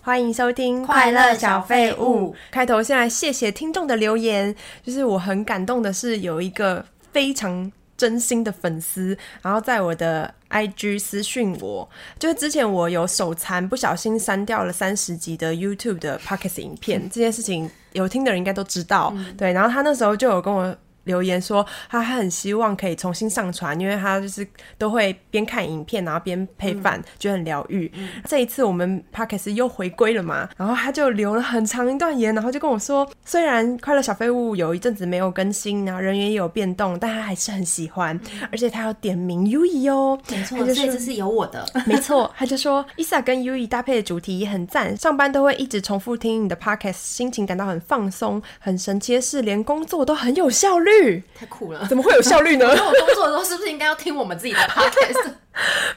欢迎收听《快乐小废物》。开头先来谢谢听众的留言，就是我很感动的是有一个非常真心的粉丝，然后在我的 IG 私讯我，就是之前我有手残不小心删掉了三十集的 YouTube 的 Pockets 影片，这件事情有听的人应该都知道。嗯对，然后他那时候就有跟我。留言说他很希望可以重新上传，因为他就是都会边看影片然后边配饭，觉得很疗愈。这一次我们 p o d c a s 又回归了嘛，然后他就留了很长一段言，然后就跟我说，虽然快乐小废物有一阵子没有更新，然后人员也有变动，但他还是很喜欢，而且他有点名 U E 哦，没错，他就这是次哎是有我的。没错，他就说伊萨跟 U E 搭配的主题也很赞，上班都会一直重复听你的 podcast，心情感到很放松。很神奇的是，连工作都很有效率， 太酷了！怎么会有效率呢？那我工作的时候是不是应该要听我们自己的 podcast？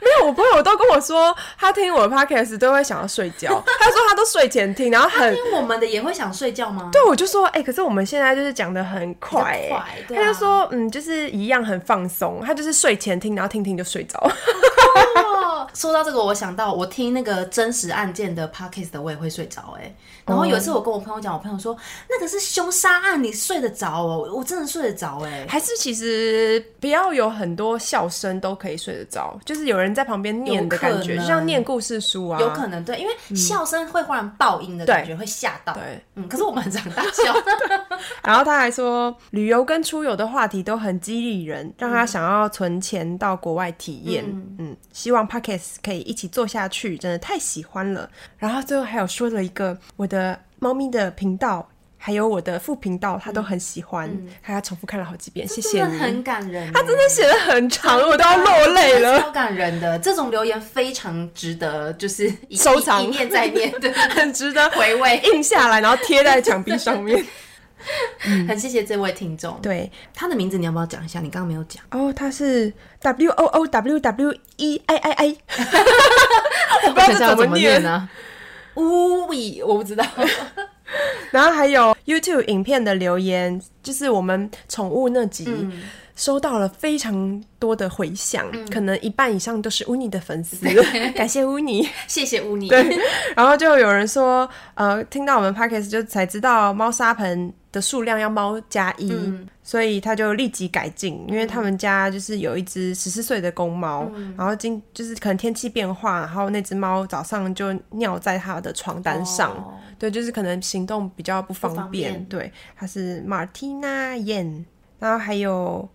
没有，我朋友都跟我说，他听我的 podcast 都会想要睡觉。 他说他都睡前听，然后很听我们的也会想睡觉吗？对，我就说，哎、可是我们现在就是讲的很快、比欸，较快对他啊就说，嗯，就是一样很放松，他就是睡前听，然后听听就睡着。哦，说到这个，我想到我听那个真实案件的 podcast，的我也会睡着哎、然后有一次我跟我朋友讲，我朋友说那个是凶杀案，你睡得着哦？我我真的睡得着哎、 还是其实不要有很多笑声都可以睡得着，就是有人在旁边念的感有可觉，能就像念故事书啊。有可能对，因为笑声会忽然爆音的感觉，会吓到。对，嗯，可是我们很常大 笑，然后他还说，旅游跟出游的话题都很激励人，让他想要存钱到国外体验。嗯希望 Pockets 可以一起做下去，真的太喜欢了。然后最后还有说了一个我的猫咪的频道。还有我的副频道，他都很喜欢，他重复看了好几遍，谢谢真你的。很感人欸、他真的写的很长，我都要落泪了。 超感人的，这种留言非常值得，就是一收藏一一念再念，对， 很值得回味印下来，然后贴在墙壁上面。嗯很谢谢这位听众。对，他的名字你要不要讲一下？你刚刚没有讲，哦，它是 W O O W W E I I I，我不知道这怎么念呢？呜咦，啊我不知道。 然后还有 YouTube 影片的留言，就是我们宠物那集。收到了非常多的回响，可能一半以上都是乌尼的粉丝， 感谢乌尼。谢谢乌尼，对，然后就有人说，呃，听到我们 podcast 就才知道猫砂盆的数量要猫加一、所以他就立即改进，因为他们家就是有一只十四岁的公猫，然后今就是可能天气变化，然后那只猫早上就尿在他的床单上。哦对，就是可能行动比较不方不方便。便对，她是 Martina Yan，然后还有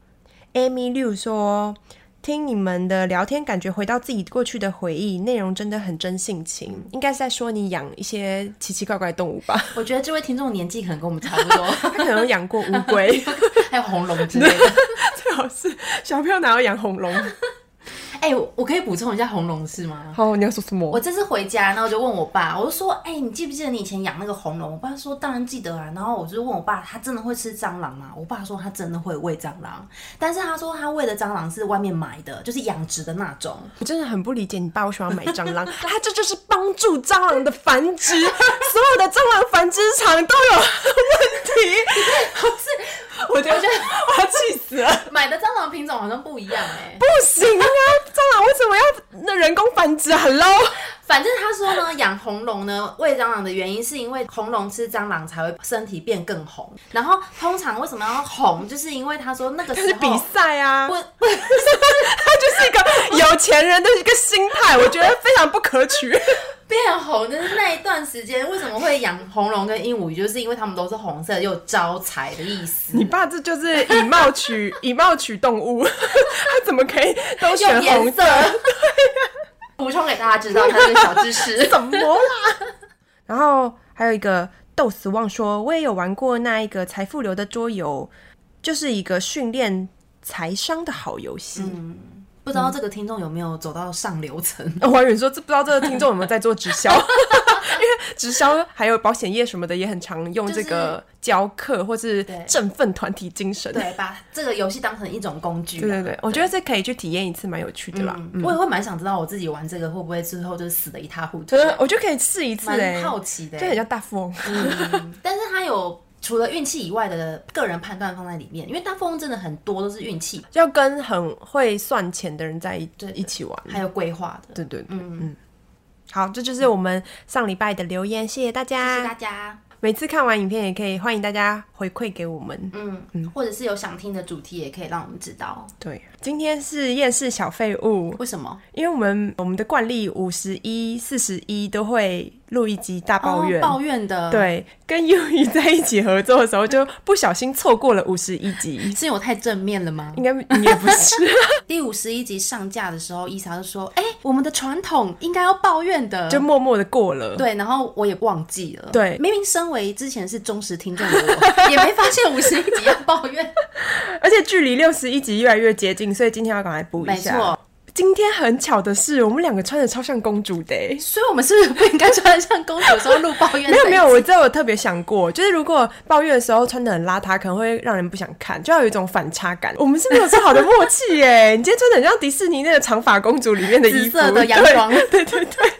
Amy Liu 说，听你们的聊天，感觉回到自己过去的回忆，内容真的很真性情。应该是在说你养一些奇奇怪怪的动物 吧？我觉得这位听众年纪可能跟我们差不 多，他可能有养过乌 龟，还有红龙之类的。 最好是小朋友哪有养红 龙？哎、我我可以补充一下红龙是吗？好，哦你要说什我么？这次回家，然后我就问我爸，我就说：“哎、你记不记得你以前养那个红龙？”我爸说：“当然记得啊。”然后我就问我爸：“他真的会吃蟑螂吗？”我爸说：“他真的会喂蟑螂，但是他说他喂的蟑螂是外面买的，就是养殖的那种。我真的很不理解你爸为什么要买蟑螂， 他这就是帮助蟑螂的繁殖， 所有的蟑螂繁殖场都有问题。 我觉得我要气死了！买的蟑螂品种好像不一样哎、 不行啊，蟑螂为什么要那人工繁殖啊？Hello，反正他说呢，养红龙呢，喂蟑螂的原因是因为红龙吃蟑螂才会身体变更红。然后通常为什么要红，就是因为他说那个它时是比候。赛啊 不，，它就是一个有钱人的一个心态，我觉得非常不可取。 变红就是那一段时间，为什么会养红龙跟鹦鹉鱼，就是因为它们都是红色又招财的意思。你爸这就是以貌取以貌取动物， 他怎么可以都选用红颜？色 补充给大家知道它这个小知识。怎么啦？ 然后还有一个豆死旺说，我也有玩过那一个财富流的桌游，就是一个训练财商的好游戏。 嗯不知道这个听众有没有走到上流层？我还以为哦说，这不知道这个听众有没有在做直 销，因为直销还有保险业什么的也很常用这个教课或是对振奋团体精神。对，把这个游戏当成一种工具对啦。对对，我觉得这可以去体验一次，蛮有趣的啦。嗯，我也会蛮想知道我自己玩这个会不会最后就是死的一塌糊涂可，能我就可以试一次哎、蛮欸，好奇的就欸。很像大富翁。 但是它有除了运气以外的个人判断放在里面，因为大富翁真的很多都是运气，要跟很会算钱的人在一一起玩，嗯还有规划的。对对对，嗯好，这就是我们上礼拜的留言，谢谢大谢家。谢大家。每次看完影片也可以欢迎大家回馈给我们。嗯，或者是有想听的主题，也可以让我们知道。对，今天是厌世小废物，为什么？因为我们我们的惯例五十一、四十一都会录一集大抱怨。哦抱怨的，，对，跟优怡在一起合作的时候，就不小心错过了五十一集，是因为我太正面了吗？应该你也不是。 第五十一集上架的时候，伊莎就说：“哎、我们的传统应该要抱怨的。”就默默的过了。对，然后我也忘记了。对明明身为之前是忠实听众的我，也没发现五十一集要抱怨。 而且距离六十一集越来越接近，所以今天要赶快补一没下。错，今天很巧的是，我们两个穿的超像公主的欸、所以我们是不是不应该穿上公主的时候录抱怨？没有没有，，我知道我特别想过，就是如果抱怨的时候穿的很邋遢，可能会让人不想看，就要有一种反差感。我们是没有说好的默契耶、 你今天穿的很像迪士尼那个长发公主里面的衣紫服，色的洋对装，对对对，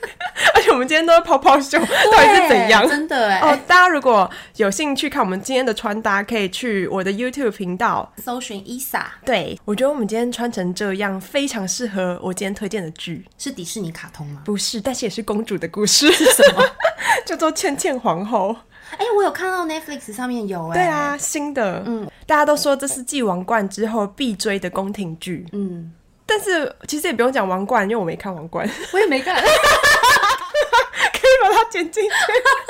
而且我们今天都是泡泡袖，到底是怎样对？真的哎、哦，大家如果有兴趣看我们今天的穿搭，可以去我的 YouTube 频道。搜寻伊莎对，我觉得我们今天穿成这样，非常适合我今天推荐的剧，是迪士尼卡通吗？不是，但是也是公主的故事，是什么？ 叫做《倩倩皇后》。哎、我有看到 Netflix 上面有哎、对，啊，新的，嗯，大家都说这是继《王冠》之后必追的宫廷剧，嗯，但是其实也不用讲《王冠》， 因为我没看《王冠》， 可我也没看。以把它剪进去。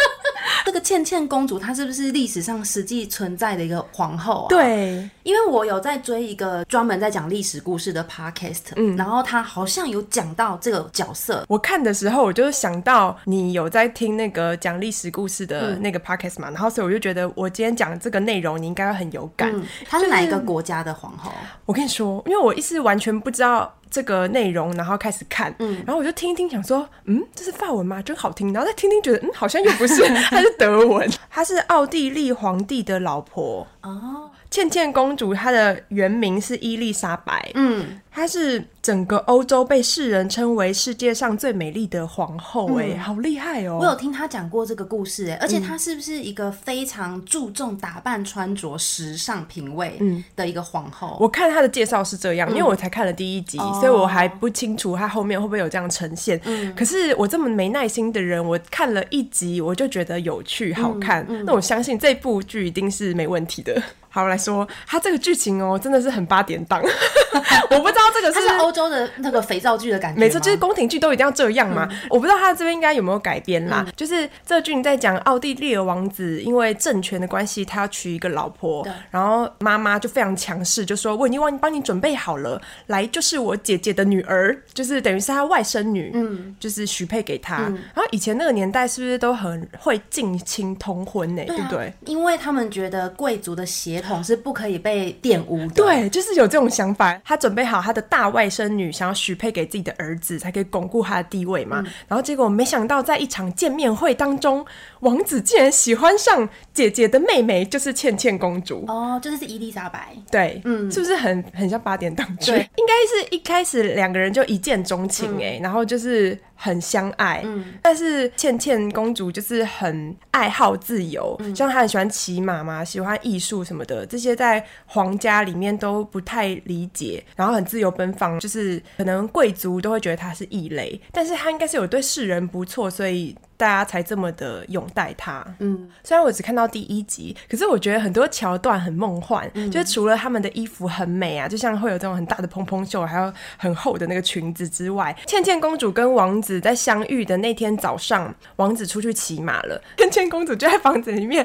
这个倩倩公主她是不是历史上实际存在的一个皇后啊？。对，因为我有在追一个专门在讲历史故事的 podcast，嗯，然后他好像有讲到这个角色，我看的时候，我就想到你有在听那个讲历史故事的嗯那个 podcast 嘛，然后所以我就觉得我今天讲这个内容，你应该会很有感。嗯，她是哪一个国家的皇后？我跟你说，因为我一时完全不知道这个内容，然后开始看，然后我就听一听，想说，嗯，这是法文吗？真好听。然后再听听，觉得，嗯，好像又不 是，它是德文。她是奥地利皇帝的老婆，哦，倩倩公主，她的原名是伊丽莎白，嗯，她是整个欧洲被世人称为世界上最美丽的皇后、哎、好厉害哦！我有听她讲过这个故事，哎，而且她是不是一个非常注重打扮、穿着、时尚品味的一个皇后？嗯我看他的介绍是这样，因为我才看了第一集，所以我还不清楚他后面会不会有这样呈现。可是我这么没耐心的人，我看了一集我就觉得有趣好看，那我相信这部剧一定是没问题的。好，我来说，它这个剧情哦，真的是很八点档，我不知道这个她是是欧洲的那个肥皂剧的感觉吗，嗯没错，就是宫廷剧都一定要这样嘛。我不知道他这边应该有没有改编啦。就是这剧你在讲奥地利的王子因为政权的关系，他要娶一个老婆对，然后妈妈就非常强势，就说我已经帮你帮你准备好了，来就是我姐姐的女儿，就是等于是他外甥女，嗯，就是许配给他。嗯然后以前那个年代是不是都很会近亲通婚呢、对啊不对？因为他们觉得贵族的血统是不可以被玷污的，，对，就是有这种想法。他准备好他的大外甥女，想要许配给自己的儿子，才可以巩固他的地位嘛。然后结果没想到，在一场见面会当中，王子竟然喜欢上姐姐的妹妹，就是倩倩公主。哦，就是是伊丽莎白，对，嗯，是不是很很像八点档剧？对应该是一开始两个人就一见钟情哎、然后就是很相爱。嗯，但是倩倩公主就是很爱好自由，像她很喜欢骑马嘛，喜欢艺术什么的，这些在皇家里面都不太理解，然后很自由奔放，就是可能贵族都会觉得她是异类，但是她应该是有对世人不错，所以。大家才这么的拥戴她。嗯，虽然我只看到第一集，可是我觉得很多桥段很梦幻，就是除了他们的衣服很美啊，就像会有这种很大的蓬蓬袖，还有很厚的那个裙子之外，倩倩公主跟王子在相遇的那天早上，王子出去骑马了， 倩倩公主就在房子里面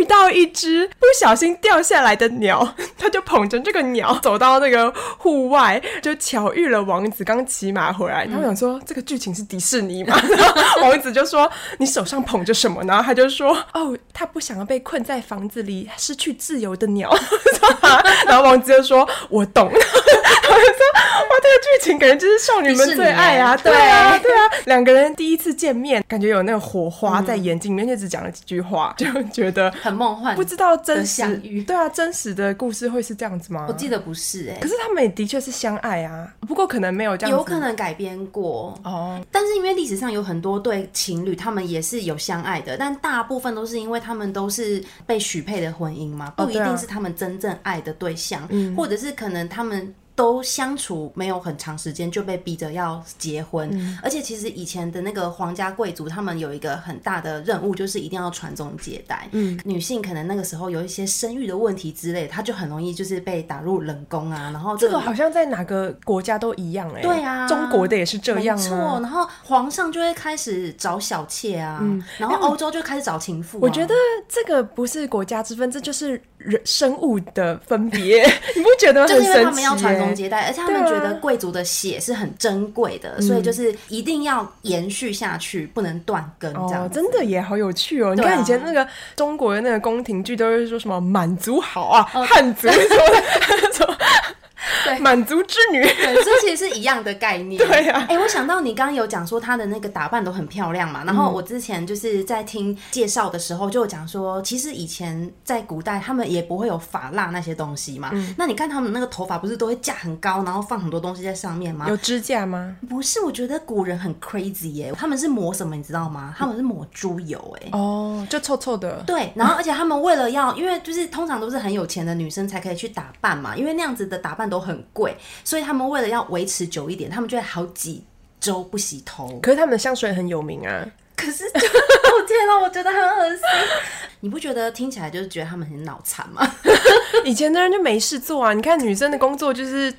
遇到一只不小心掉下来的鸟， 她就捧着这个鸟走到那个户外，就巧遇了王子刚骑马回来，他们想说、这个剧情是迪士尼嘛， 王子就说：“你手上捧着什么呢？”他就说：“哦，他不想要被困在房子里，失去自由的鸟。” 然后王子就说：“我懂。” 然后就说：“哇，这个剧情感觉就是少女们最爱啊！”迪士尼对啊，对啊，两个人第一次见面，感觉有那个火花在眼睛里面，就只讲了几句话，就觉得很梦幻，不知道真实的相遇对啊，真实的故事会是这样子吗我？记得不是哎、可是他们也的确是相爱啊，不过可能没有这样子，有可能改编过，哦。但是因为历史上有很多对情侣，他们也是有相爱的，但大部分都是因为他们都是被许配的婚姻嘛，哦不一对啊嗯定是他们真正爱的对象，或者是可能他们。都相处没有很长时间就被逼着要结婚，嗯而且其实以前的那个皇家贵族，他们有一个很大的任务，就是一定要传宗接代。嗯，女性可能那个时候有一些生育的问题之类，她就很容易就是被打入冷宫啊，然后这个好像在哪个国家都一样哎、对啊中国的也是这样没错，啊。然后皇上就会开始找小妾啊，然后欧洲就开始找情妇、啊。嗯哎我觉得这个不是国家之分，这就是人生物的分 别，你不觉得就很是因为他神们奇、要传宗欸？接代，而且他们对啊觉得贵族的血是很珍贵的，嗯所以就是一定要延续下去，不能断根这样哦，子。真的也好有趣哦！你对啊看以前那个中国的那个宫廷剧，都是说什么满族好啊，汉族 什么的，什么哦对满族之女，对，这其实是一样的概念。 对啊哎、我想到你刚刚有讲说她的那个打扮都很漂亮嘛，然嗯后我之前就是在听介绍的时候就有讲说，其实以前在古代他们也不会有发蜡那些东西嘛。嗯那你看他们那个头发不是都会架很高，然后放很多东西在上面吗？有支架吗？不是，我觉得古人很 crazy 耶、他们是抹什么你知道吗？他们是抹猪油哎、哦，就臭臭的，对，然后而且他们为了要，因为就是通常都是很有钱的女生才可以去打扮嘛，因为那样子的打扮都很贵，所以他们为了要维持久一点，他们就会好几周不洗头。可是他们的香水很有名啊。可是就，我天哪，我觉得很恶心。你不觉得听起来就是觉得他们很脑残吗？以前的人就没事做啊，你看女生的工作就是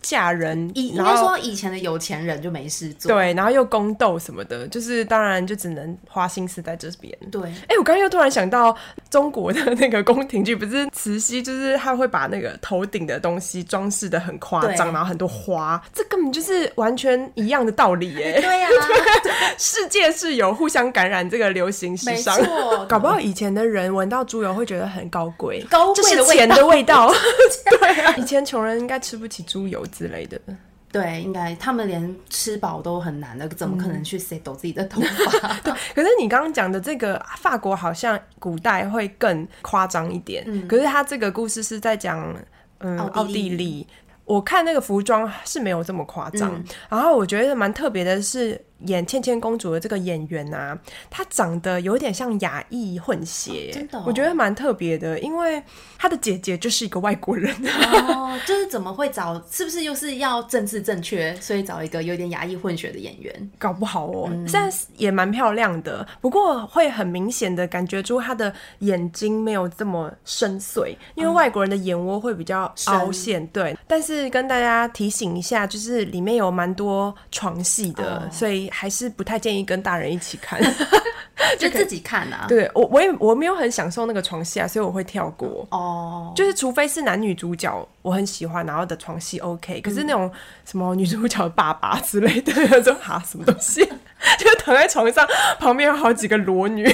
嫁人，以应然该后说以前的有钱人就没事做。对，然后又宫斗什么的，就是当然就只能花心思在这边。对，哎、我刚刚又突然想到中国的那个宫廷剧，不是慈禧，就是她会把那个头顶的东西装饰的很夸张，对然后很多花，这根本就是完全一样的道理 耶、对呀、啊世界是有互相感染这个流行时没尚，错。搞不好以前的人闻到猪油会觉得很高贵，高这贵是的味钱道哦的味 道。对啊，以前穷人应该吃不起猪油之类的。对，应该他们连吃饱都很难的，怎么可能去 set 抖自己的头发？ 可是你刚刚讲的这个法国好像古代会更夸张一点，可是他这个故事是在讲嗯奥奥地利地利。我看那个服装是没有这么夸张，然后我觉得蛮特别的是演倩倩公主的这个演员啊，她长得有点像亚裔混血，真的哦我觉得蛮特别的，因为她的姐姐就是一个外国人，哦，就是怎么会找？是不是又是要政治正确，所以找一个有点亚裔混血的演员？搞不好哦，虽然是也蛮漂亮的，不过会很明显的感觉出她的眼睛没有这么深邃，因为外国人的眼窝会比较凹陷，对。但是跟大家提醒一下，就是里面有蛮多床戏的，哦所以还是不太建议跟大人一起看。 就自己看啊。对我，我也我没有很享受那个床戏啊，所以我会跳过。哦，就是除非是男女主角我很喜欢，然后的床戏嗯 OK，可是那种什么女主角的爸爸之类的， 那种哈什么东西，啊 就是躺在床上旁边有好几个裸女，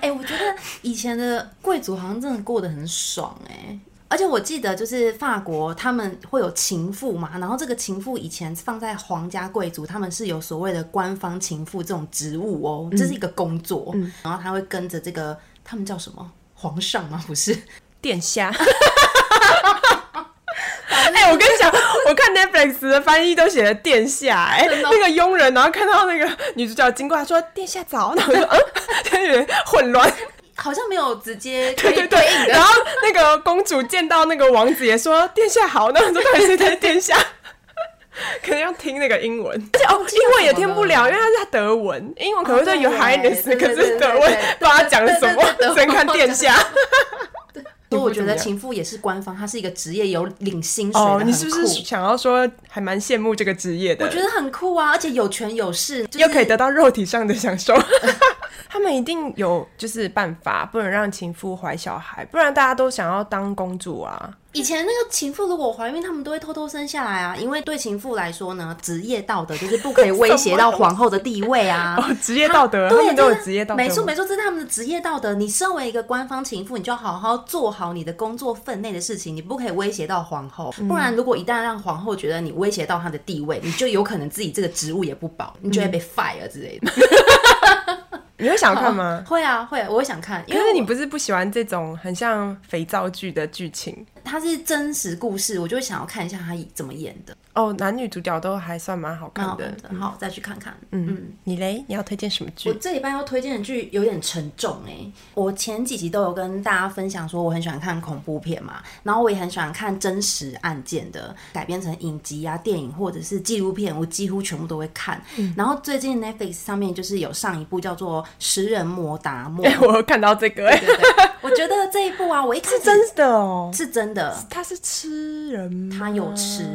哎、我觉得以前的贵族好像真的过得很爽哎、而且我记得，就是法国他们会有情妇嘛，然后这个情妇以前放在皇家贵族，他们是有所谓的官方情妇这种职务哦，这是嗯一个工作，然后他会跟着这个他们叫什么皇上吗？不是，殿下。 哎、我跟你讲，我看 Netflix 的翻译都写了“殿下、哎，真的哦那个佣人，然后看到那个女主角经过，她说“殿下早”，然后我就 嗯，就有点混乱。好像没有直接可对以对对应对，的。然后那个公主见到那个王子也说殿下好，那这到底谁才是殿下？可能要听那个英文，而且哦，英文也听不了，因为它是德文，英文可能会有对 h i g h n e s 对可对是德对文对对不知道他讲了什么对对对对，只能看殿下。所以我觉怎么得样情妇也是官方，它是一个职业，有领薪水的，哦，很你是不是酷想要说还蛮羡慕这个职业的我？觉得很酷啊，而且有权有势，就是、又可以得到肉体上的享受。他们一定有就是办法，不能让情妇怀小孩，不然大家都想要当公主啊。以前那个情妇如果怀孕，他们都会偷偷生下来啊，因为对情妇来说呢，职业道德就是不可以威胁到皇后的地位啊。 哦，职业道德，对他们都有这是职业道德吗。没错没错，这是他们的职业道德。你身为一个官方情妇，你就要好好做好你的工作分内的事情，你不可以威胁到皇后，嗯不然如果一旦让皇后觉得你威胁到她的地位，你就有可能自己这个职务也不保，你就会被 fire 之类的。你会想看吗？会啊会啊，我会想看，因可是为你我不是不喜欢这种很像肥皂剧的剧情？它是真实故事，我就会想要看一下他怎么演的，哦，男女主角都还算蛮好哦蛮好看的看。的，好再去看看。嗯，你嘞，你要推荐什么我剧？这礼拜要推荐的剧有点沉重哎、我前几集都有跟大家分享说我很喜欢看恐怖片嘛，然后我也很喜欢看真实案件的改编成影集啊、电影或者是纪录片，我几乎全部都会看。然后最近 Netflix 上面就是有上一部叫做《食人魔达摩》 我有看到这个、哎，对，对对我觉得这一部啊，我一开始 真的哦，是真的，他是吃人吗？他有吃。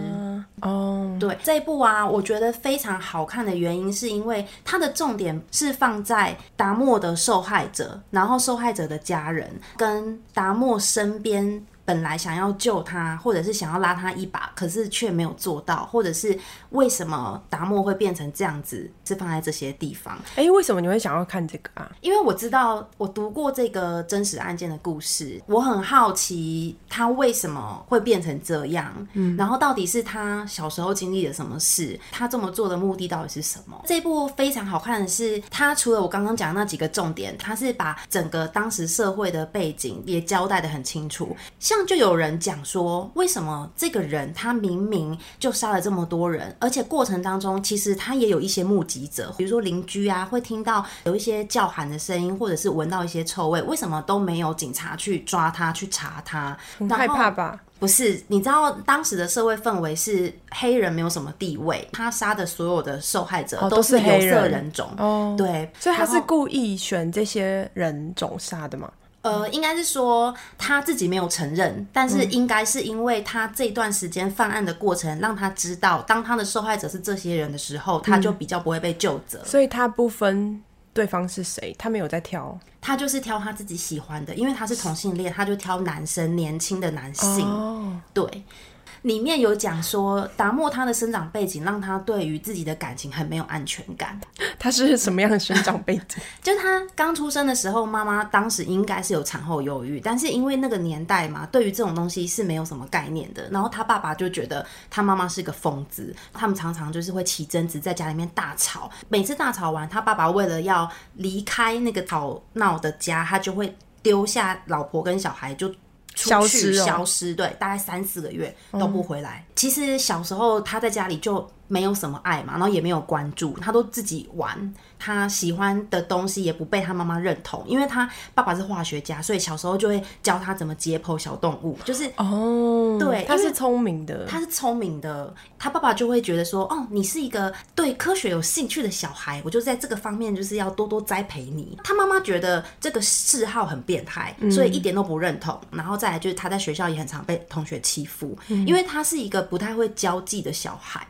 哦，对这一部啊，我觉得非常好看的原因是因为它的重点是放在达莫的受害者，然后受害者的家人跟达莫身边。本来想要救他，或者是想要拉他一把，可是却没有做到，或者是为什么达莫会变成这样子，是放在这些地方。哎、为什么你会想要看这个啊？因为我知道我读过这个真实案件的故事，我很好奇他为什么会变成这样，嗯，然后到底是他小时候经历了什么事，他这么做的目的到底是什么？这部非常好看的是，他除了我刚刚讲的那几个重点，他是把整个当时社会的背景也交代的很清楚。像就有人讲说，为什么这个人他明明就杀了这么多人，而且过程当中其实他也有一些目击者，比如说邻居啊，会听到有一些叫喊的声音，或者是闻到一些臭味，为什么都没有警察去抓他去查他？很然害后怕吧？不是，你知道当时的社会氛围是黑人没有什么地位，他杀的所有的受害者哦都都是是有黑人色人种，哦，，对，所以他然后是故意选这些人种杀的嘛？呃，应该是说他自己没有承认，但是应该是因为他这段时间犯案的过程，让他知道，当他的受害者是这些人的时候，他就比较不会被救责。所以他不分对方是谁，他没有在挑。他就是挑他自己喜欢的，因为他是同性恋，他就挑男生，年轻的男性。哦，对，里面有讲说，达莫他的生长背景让他对于自己的感情很没有安全感。他是什么样的生长背景？就他刚出生的时候，妈妈当时应该是有产后忧郁，但是因为那个年代嘛，对于这种东西是没有什么概念的。然后他爸爸就觉得他妈妈是个疯子，他们常常就是会起争执，在家里面大吵。每次大吵完，他爸爸为了要离开那个吵闹的家，他就会丢下老婆跟小孩就。消出去失哦消失，对，大概三四个月都不回来。其实小时候他在家里就没有什么爱嘛，然后也没有关注，他都自己玩，他喜欢的东西也不被他妈妈认同，因为他爸爸是化学家，所以小时候就会教他怎么解剖小动物，就是哦，对他因是为聪明的，他是聪明的，他爸爸就会觉得说，哦，你是一个对科学有兴趣的小孩，我就在这个方面就是要多多栽培你。他妈妈觉得这个嗜好很变态，所以一点都不认同。然后再来就是他在学校也很常被同学欺负，因为他是一个不太会交际的小孩。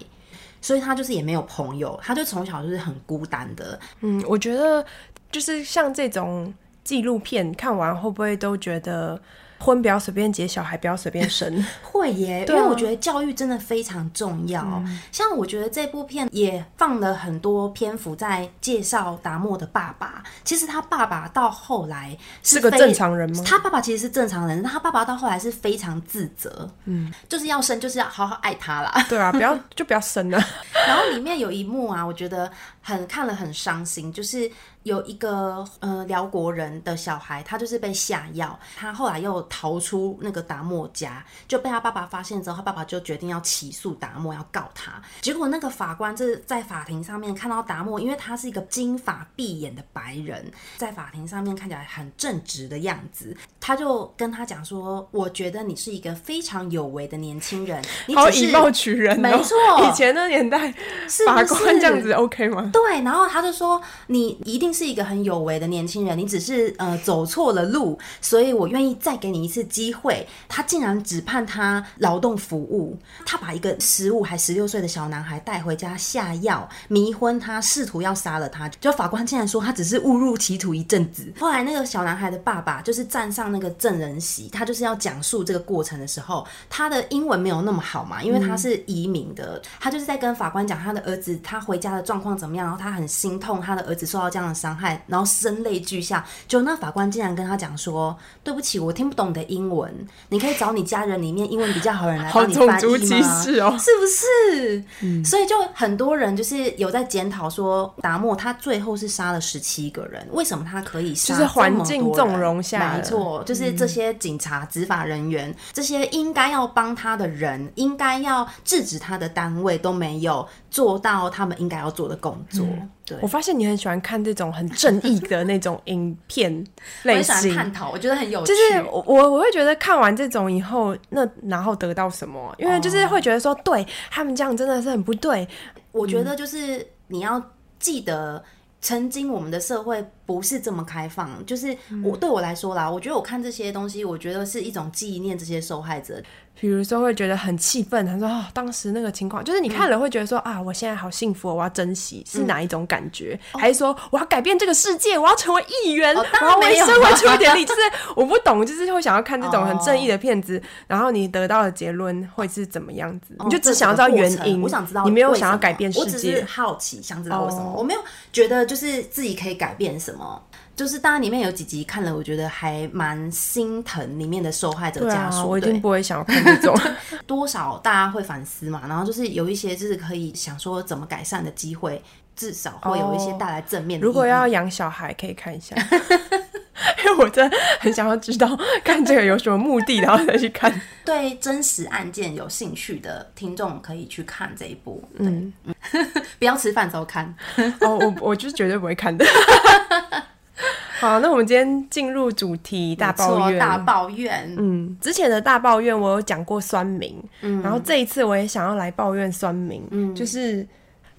所以他就是也没有朋友，他就从小就是很孤单的，嗯，我觉得就是像这种纪录片看完，会不会都觉得婚不要随便结，小孩不要随便 生？会耶，因对啊嗯为我觉得教育真的非常重要。像我觉得这部片也放了很多篇幅在介绍达莫的爸爸。其实他爸爸到后来是是个非正常人吗他爸爸其实是正常人，但他爸爸到后来是非常自责，嗯，就是要生就是要好好爱他啦。对啊，不要就不要生 啊。然后里面有一幕啊，我觉得很看了很伤心，就是有一个呃辽国人的小孩，他就是被下药，他后来又逃出那个达莫家，就被他爸爸发现之后，他爸爸就决定要起诉达莫，要告他。结果那个法官就是在法庭上面看到达莫，因为他是一个金发碧眼的白人，在法庭上面看起来很正直的样子，他就跟他讲说：“我觉得你是一个非常有为的年轻人，你好只是以貌取人、哦，没错以前那年代是不法是官这样子 OK 吗？对，然后他就说：“你一定是一个很有为的年轻人，你只是呃走错了路，所以我愿意再给你一次机会。”他竟然只判他劳动服务，他把一个十五还十六岁的小男孩带回家下药、迷昏他，试图要杀了他。就法官竟然说他只是误入歧途一阵子。后来那个小男孩的爸爸就是站上那个证人席，他就是要讲述这个过程的时候，他的英文没有那么好嘛，因为他是移民的，他就是在跟法官讲他的儿子他回家的状况怎么样，然后他很心痛他的儿子受到这样的伤害，然后声泪俱下。就那法官竟然跟他讲说：“对不起，我听不懂你的英文，你可以找你家人里面英文比较好的人来好帮你种翻族译歧吗？”视嗯哦。是不是？所以就很多人就是有在检讨说，达莫他最后是杀了十七个人，为什么他可以杀就是这么多人环境纵容下的没错，就是这些警察、执法人员，这些应该要帮他的人，应该要制止他的单位都没有做到他们应该要做的工作。对嗯我，发现你很喜欢看这种很正义的那种影片 我类也喜欢型，探讨，我觉得很有趣。就是我我我会觉得看完这种以后，那然后得到什么？因为就是哦会觉得说，对他们这样真的是很不对。我嗯觉得就是你要记得，曾经我们的社会不是这么开放。就是嗯我对我来说啦，我觉得我看这些东西，我觉得是一种纪念这些受害者。比如说会觉得很气愤，他说哦，当时那个情况，就是你看了嗯会觉得说、啊，我现在好幸福哦，我要珍惜，是哪一种感觉？还是说我要改变这个世界，我要成为议员，哦我当要然为没有社会出一点 力？就是我不懂，就是会想要看这种很正哦义的片子，然后你得到的结论会是怎么样子？哦你就只这想要知整道个过原程因，我想知道你没有为想要什么改变世我只界是。好奇，想知道为什么，哦我没有觉得就是自己可以改变什么。就是当然里面有几集看了，我觉得还蛮心疼里面的受害者对家啊，属。我一对定不会想要看这种。多少大家会反思嘛，然后就是有一些就是可以想说怎么改善的机会，至少会有一些哦带来正面的意义。如果要养小孩，可以看一下， 因为我真的很想要知道看这个有什么目的，然后再去 看。对真实案件有兴趣的听众可以去看这一部，对，嗯 不要吃饭时候看。哦，我我就是绝对不会看 的。好，那我们今天进入主题大抱没错怨。大抱怨，嗯，之前的大抱怨我有讲过酸民，嗯，然后这一次我也想要来抱怨酸民，嗯，就是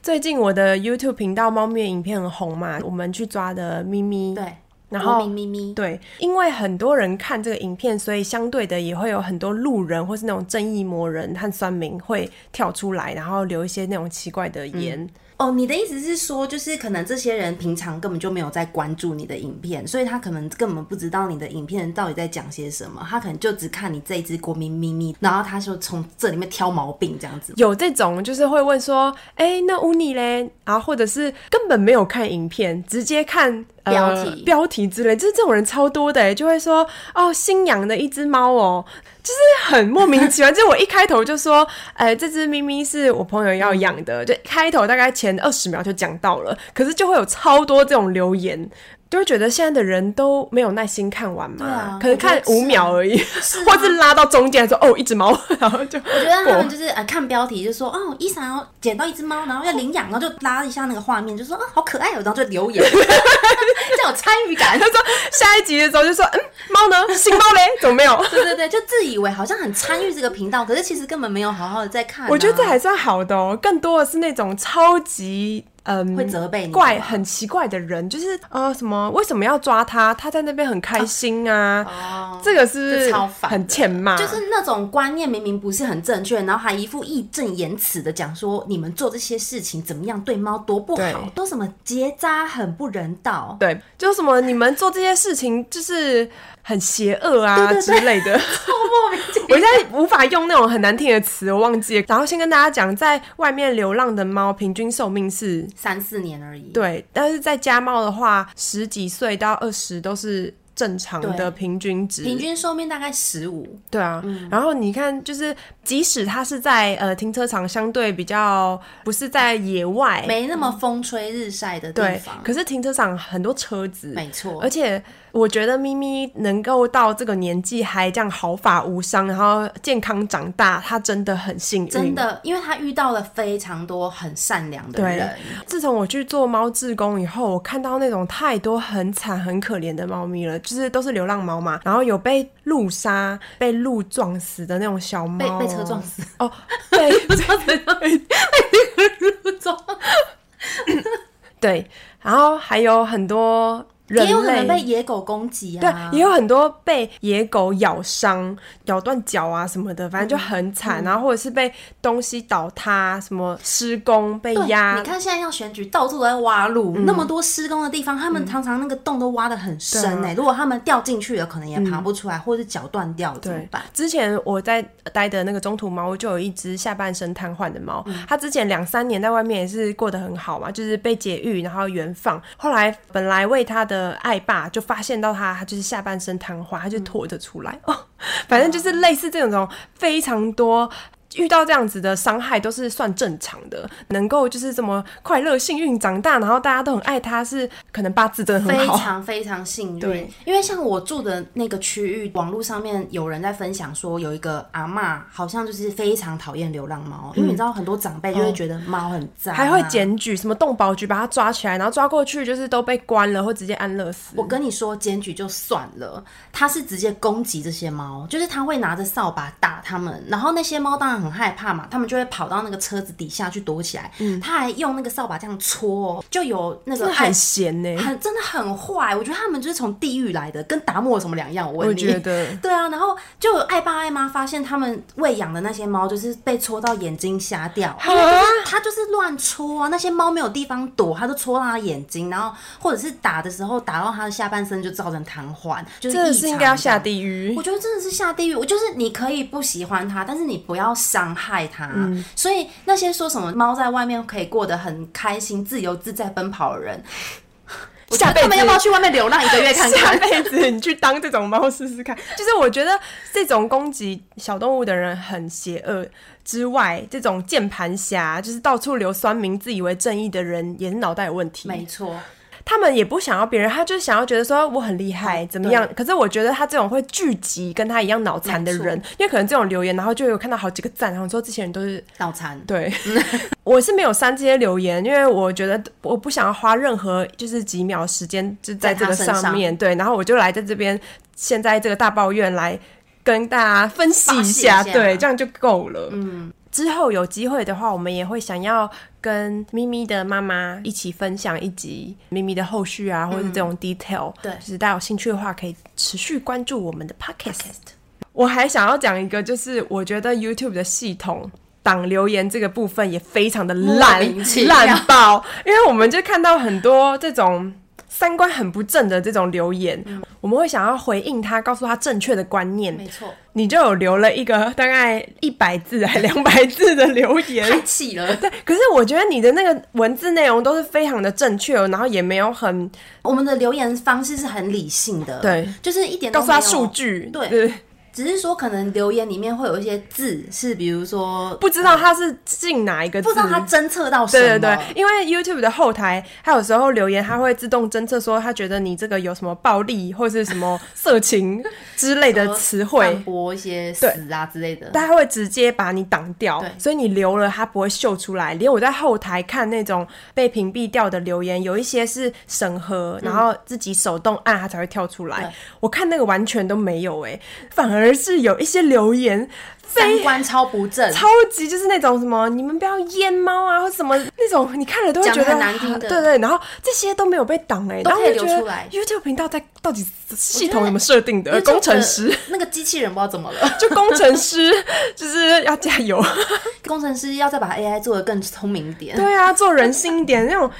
最近我的 YouTube 频道猫咪的影片很红嘛，我们去抓的咪咪，对，然后咪咪咪，对，因为很多人看这个影片，所以相对的也会有很多路人或是那种正义魔人和酸民会跳出来，然后留一些那种奇怪的言。哦，你的意思是说，就是可能这些人平常根本就没有在关注你的影片，所以他可能根本不知道你的影片到底在讲些什么，他可能就只看你这一只国民咪咪，然后他就从这里面挑毛病这样子。有这种就是会问说，哎、那乌尼嘞？啊，或者是根本没有看影片，直接看、呃、标题标题之类，就是这种人超多的、诶就会说，哦，新养的一只猫哦，就是很莫名其妙。就是我一开头就说，哎、这只咪咪是我朋友要养的，就开头大概前二十秒就讲到了，可是就会有超多这种留言。就会觉得现在的人都没有耐心看完嘛，对啊可能看我觉得五是啊秒而已，是啊 或是拉到中间说哦一只猫，然后就我觉得他过们就是呃看标题就说哦，伊莎要捡到一只猫，然后要领养，然后就拉一下那个画面，就说啊、好可爱哦，然后就留言， 这样有参与感 他。说下一集的时候就说，嗯，猫 呢？新猫嘞？怎么没有？对对对，就自以为好像很参与这个频道，可是其实根本没有好好的在看啊、 我觉得这还算好的哦，更多的是那种超级嗯会责备你怪吧很奇怪的人，就是呃什么为什么要抓他？他在那边很开心啊，哦这个是不这是超烦的很欠骂，就是那种观念明明不是很正确，然后还一副义正言辞的讲说你们做这些事情怎么样对猫多不对好，都什么结扎很不人道，对，就是什么你们做这些事情就是很邪恶啊对对对之类 的。超 莫名其妙。我现在无法用那种很难听的词，我忘记了。然后先跟大家讲，在外面流浪的猫平均寿命是三四年而已，对，但是在家猫的话，十几岁到二十都是正常的对平均值。平均嗯寿命大概十五。对啊，然后你看，就是即使它是在呃停车场相对比较不是在野外，没那么风吹日晒的地对，方。可是停车场很多车子。没错而，且我觉得咪咪能够到这个年纪还这样毫发无伤，然后健康长大，它真的很幸运。真的，因为他遇到了非常多很善良的对人，自从我去做猫志工以后，我看到那种太多很惨、很可怜的猫咪了，就是都是流浪猫嘛，然后有被路杀、被路撞死的那种小猫被哦、被车撞死， 哦， 对撞对，然后还有很多人也有可能被类。野狗攻击对啊，，也有很多被野狗咬伤、咬断脚啊什么的，反正就很嗯惨。然后或者是被东西倒塌，什么施工被对压，你看现在要选举，到处都在挖路，嗯那么多施工的地方，他们常常那个洞都挖得很深呢、对嗯如果他们掉进去了，可能也爬不出来，或者是脚断掉了怎么对办？，之前我在待的那个中途猫就有一只下半身瘫痪的猫，嗯它之前两三年在外面也是过得很好嘛，就是被劫狱然后原放。后来本来喂它的爱爸就发现到它，它就是下半身瘫痪，它就拖着出来、嗯哦。反正就是类似这种非常多。遇到这样子的伤害都是算正常的，能够就是这么快乐、幸运长大，然后大家都很爱它，是可能八字真的非很好。常非常幸运对，因为像我住的那个区域，网络上面有人在分享说，有一个阿嬷好像就是非常讨厌流浪猫，因为你知道很多长辈就会觉得猫很脏、嗯哦啊还会。检举什么动保局把他抓起来，然后抓过去就是都被关了，或直接安乐死。我跟你说，检举就算了，他是直接攻击这些猫，就是他会拿着扫把打它们，然后那些猫当然很害怕嘛，它们就会跑到那个车子底下去躲起来。他还用那个扫把这样戳哦，就有嗯那真个的爱很闲呢、很真的很坏，我觉得他们就是从地狱来的，跟达摩有什么两样？我问你，我觉得对啊，然后就有爱爸爱妈发现他们喂养的那些猫就是被戳到眼睛瞎掉，因为就是它就是乱戳啊，那些猫没有地方躲，它就戳到它眼睛，然后或者是打的时候打到它的下半身就造成瘫痪，就是真的是应该要下狱。地狱我。觉得真的是下地狱。我就是你可以不喜欢它，但是你不要伤害它。嗯所以那些说什么猫在外面可以过得很开心、自由自在奔跑 的人，我觉得下辈子他们要不要去外面流浪一个月看下看？辈子你去当这种猫试试看。就是我觉得这种攻击小动物的人很邪恶之外，这种键盘侠就是到处流酸民、自以为正义的人也是脑袋有问题。没错，他们也不想要别人，他就是想要觉得说我很厉害嗯怎么样。可是我觉得他这种会聚集跟他一样脑残的人，因为可能这种留言，然后就有看到好几个赞，然后说这些人都是脑残。对。 我是没有删这些留言，因为我觉得我不想要花任何就是几秒时间就在这个在他身上上面对，然后我就来在这边现在这个大抱怨来跟大家分析一下，发泄一下对，这样就够了。嗯，之后有机会的话，我们也会想要跟咪咪的妈妈一起分享一集咪咪的后续啊，或者是这种 detail、嗯对就是大家有兴趣的话，可以持续关注我们的 podcast。我还想要讲一个，就是我觉得 YouTube 的系统挡留言这个部分也非常的烂莫名其妙烂爆，因为我们就看到很多这种。三观很不正的这种留言，我们会想要回应他，告诉他正确的观念。没错，你就有留了一个大概一百字 还两百字的留言， 太气了。可是我觉得你的那个文字内容都是非常的正确哦，然后也没有很我们的留言方式是很理性的，对，就是一点都告诉他呃没有数，据，对对，只是说可能留言里面会有一些字是，比如说不知道他是进哪一个字，不知道他侦测到什么，对对对，因为 YouTube 的后台，它有时候留言，它会自动侦测说，它觉得你这个有什么暴力或是什么色情之类的词散 汇，播一些死啊之类的，但它会直接把你挡掉对，所以你留了，它不会秀出来。连我在后台看那种被屏蔽掉的留言，有一些是审核，嗯然后自己手动按它才会跳出来对。我看那个完全都没有、欸，反而是有一些留言三观超不正，超级就是那种什么，你们不要淹猫啊，或什么那种，你看了都会觉得讲得很难听的啊 对对，然后这些都没有被挡哎、欸，都然后可我以就流觉出得来 YouTube 频道在到底系统怎么设定的？呃工程师 那个机器人不知道怎么了， 就工程师就是要加 油，工程师要再把 AI 做的更聪明一点。对啊，做人性一点那种。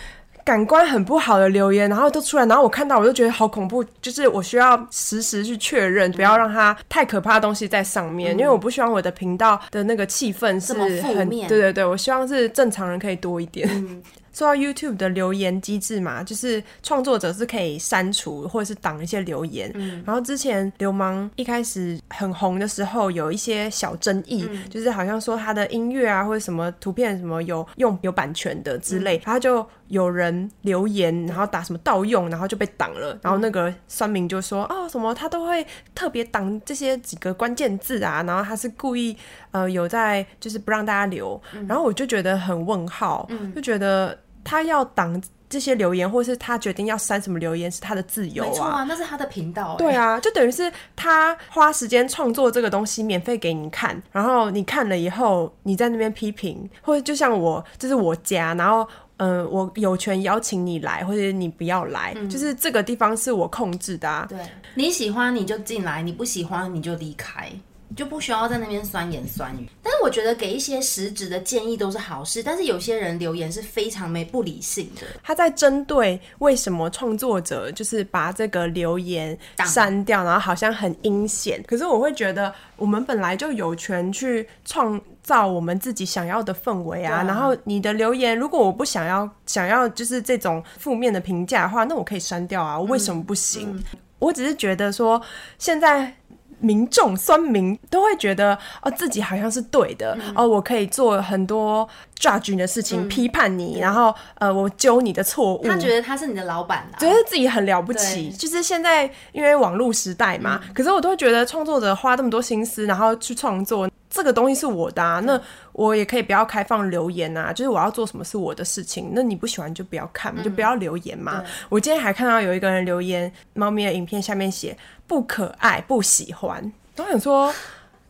感官很不好的留言，然后都出来，然后我看到我就觉得好恐怖，就是我需要实时去确认，不要让它太可怕的东西在上嗯面，因为我不希望我的频道的那个气氛是这么负很面嗯对对对，我希望是正常人可以多一点。 说到 YouTube 的留言机制嘛，就是创作者是可以删除或者是挡一些留言。嗯然后之前流氓一开始很红的时候，有一些小争议，嗯就是好像说他的音乐啊或者什么图片什么有用有版权的之嗯类，他就有人留言，然后打什么盗用，然后就被挡了。然后那个酸民就说嗯哦什么他都会特别挡这些几个关键字啊，然后他是故意呃有在就是不让大家留，嗯然后我就觉得很问号，就觉得他要挡这些留言，或是他决定要删什么留言是他的自由没错啊。啊，那是他的频道、欸。对啊，就等于是他花时间创作这个东西，免费给你看，然后你看了以后，你在那边批评，或者就像我，这、是我家，然后呃，我有权邀请你来，或者你不要来，就是这个地方是我控制的啊。对，你喜欢你就进来，你不喜欢你就离开，你就不需要在那边酸言酸语。但是我觉得给一些实质的建议都是好事，但是有些人留言是非常没不理性的。他在针对为什么创作者就是把这个留言挡删掉，然后好像很阴险。可是我会觉得，我们本来就有权去创造我们自己想要的氛围啊。对啊然后你的留言，如果我不想要想要就是这种负面的评价的话，那我可以删掉啊，我为什么不行？嗯我只是觉得说，现在民众酸民都会觉得哦，自己好像是对的、嗯哦，我可以做很多 judge 你的事情，批判你，然后呃，我揪你的错误。他觉得他是你的老板啦、啊觉得自己很了不起，对嗯就是现在因为网络时代嘛，可是我都会觉得创作者花这么多心思，然后去创作这个东西是我的、嗯啊，那我也可以不要开放留言啊，就是我要做什么是我的事情，那你不喜欢就不要看嘛，就不要留言嘛嗯对。我今天还看到有一个人留言，猫咪的影片下面写不可爱，不喜欢，都想说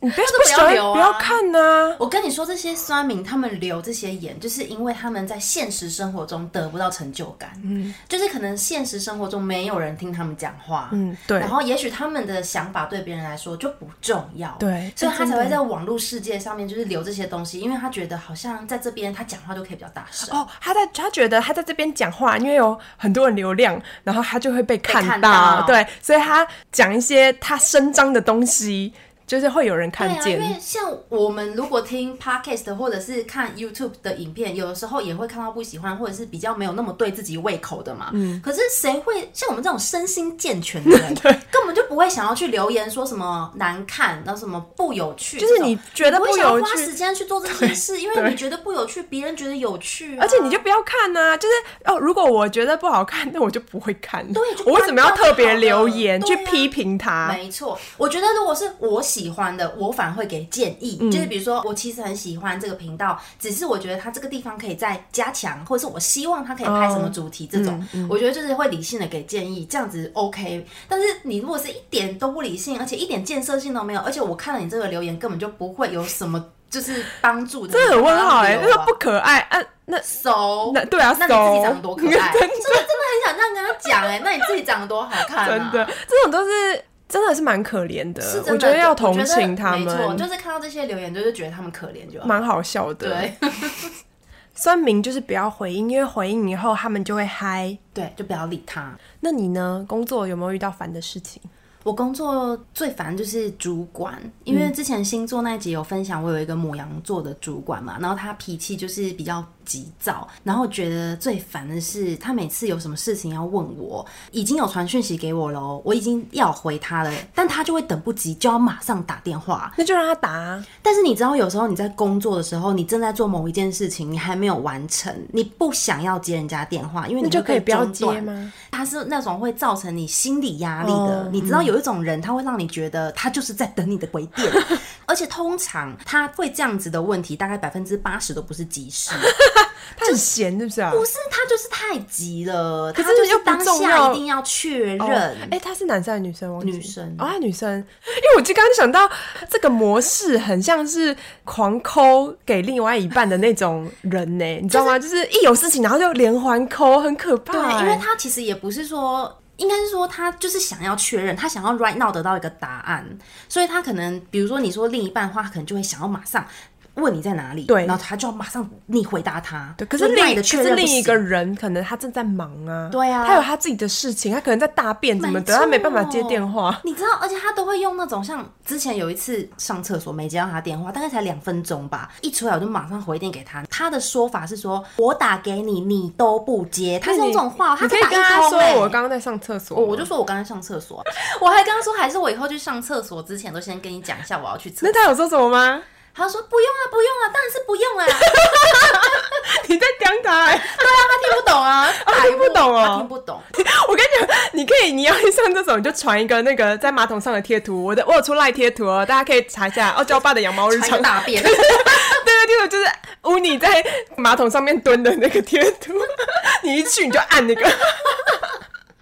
你不要就不不喜要欢留啊不要看呐、我跟你说，这些酸民他们留这些言，就是因为他们在现实生活中得不到成就感，嗯，就是可能现实生活中没有人听他们讲话，嗯，对然，后也许他们的想法对别人来说就不重要，对所以哎他真才的会在网络世界上面就是留这些东西，因为他觉得好像在这边他讲话就可以比较大声。哦，他在他觉得他在这边讲话，因为有很多人流量，然后他就会被看到，看到对，所以他讲一些他声张的东西，就是会有人看对见。啊，因为像我们如果听 podcast 或者是看 YouTube 的影片，有的时候也会看到不喜欢或者是比较没有那么对自己胃口的嘛。嗯可是谁会像我们这种身心健全的 人，根本就不会想要去留言说什么难看，然后什么不有趣这就种，是你觉得不不会想要有花趣时间去啊做这件事，因为 对你觉得不有趣，别人觉得有趣啊、而且你就不要看呐、就是哦，如果我觉得不好看，那我就不会看。 对就我为什么要特别留言关去掉就好了批评他？啊没错，我觉得如果是我喜欢的，我反而会给建议，嗯就是比如说我其实很喜欢这个频道，只是我觉得它这个地方可以再加强，或者是我希望它可以拍什么主题这种，嗯我觉得就是会理性的给建议，这样子 OK。但是你如果是一点都不理性，而且一点建设性都没有，而且我看了你这个留言根本就不会有什么就是帮助的，这很问号哎、欸，你那干嘛留个啊不可爱啊，那熟。 那对啊，哦那你自己长得熟多可爱，啊真 真的真的很想这样跟他讲哎、那你自己长得多好看、啊，真的，这种都是真的是蛮可怜的。是真的我觉得要同我觉得情他没错，们，就是看到这些留言，就是觉得他们可怜就好。蛮好笑的。 对酸民就是不要回应，因为回应以后他们就会嗨。对，就不要理他。那你呢？工作有没有遇到烦的事情？我工作最烦就是主管，因嗯为之前星座那一集有分享，我有一个母羊座的主管嘛，然后他脾气就是比较急躁，然后觉得最烦的是他每次有什么事情要问我，已经有传讯息给我喽，我已经要回他了，但他就会等不及，就要马上打电话，那就让他打、啊。但是你知道，有时候你在工作的时候，你正在做某一件事情，你还没有完成，你不想要接人家电话，因为你那就会可以被不要中断接吗？他是那种会造成你心理压力的。哦你知道，有一种人，他会让你觉得他就是在等你的回 电，而且通常他会这样子的问题，大概百分之八十都不是 及时，他很闲是不是啊？不是他就是太急了，可是他就又是不当重要下一定要确认。哦哎、他是男生还是女生？忘记女生哦，他女生。因为我就刚刚想到这个模式，很像是狂抠给另外一半的那种人 呢、你知道吗？就是一有事情，然后就连环抠，很可怕、对，因为哎他其实也不是说，应该是说他就是想要确认，他想要 right now 得到一个答案，所以他可能比如说你说另一半的话，他可能就会想要马上。问你在哪里，对然后他就要马上你回答他。对，可是就另 line 可的确是认另不一个行人可能他正在忙啊，对啊他有他自己的事情，他可能在大便什么的，他没办法接电话。你知道，而且他都会用那种像之前有一次上厕所没接到他电话，大概才两分钟吧，一出来我就马上回电给他。他的说法是说，我打给你你都不接，他是用这种话，你可他只以打跟一他通说欸我刚刚在上厕所，我我就说我刚才上厕所，啊我还跟他说，还是我以后去上厕所之前都先跟你讲一下我要去厕那所。他有说什么吗？ 他说不用啊，不用啊，当然是不用啊。你在刁他、欸？ 他听不懂啊，他听不懂哦他听不懂。我跟你讲，你可以，你要去上厕所，你就传一个那个在马桶上的贴图。我的我有出赖贴图哦，大家可以查一下傲娇爸的养猫日传常。个 对大便，对对，就是乌尼在马桶上面蹲的那个贴图， 你一去你就按那个。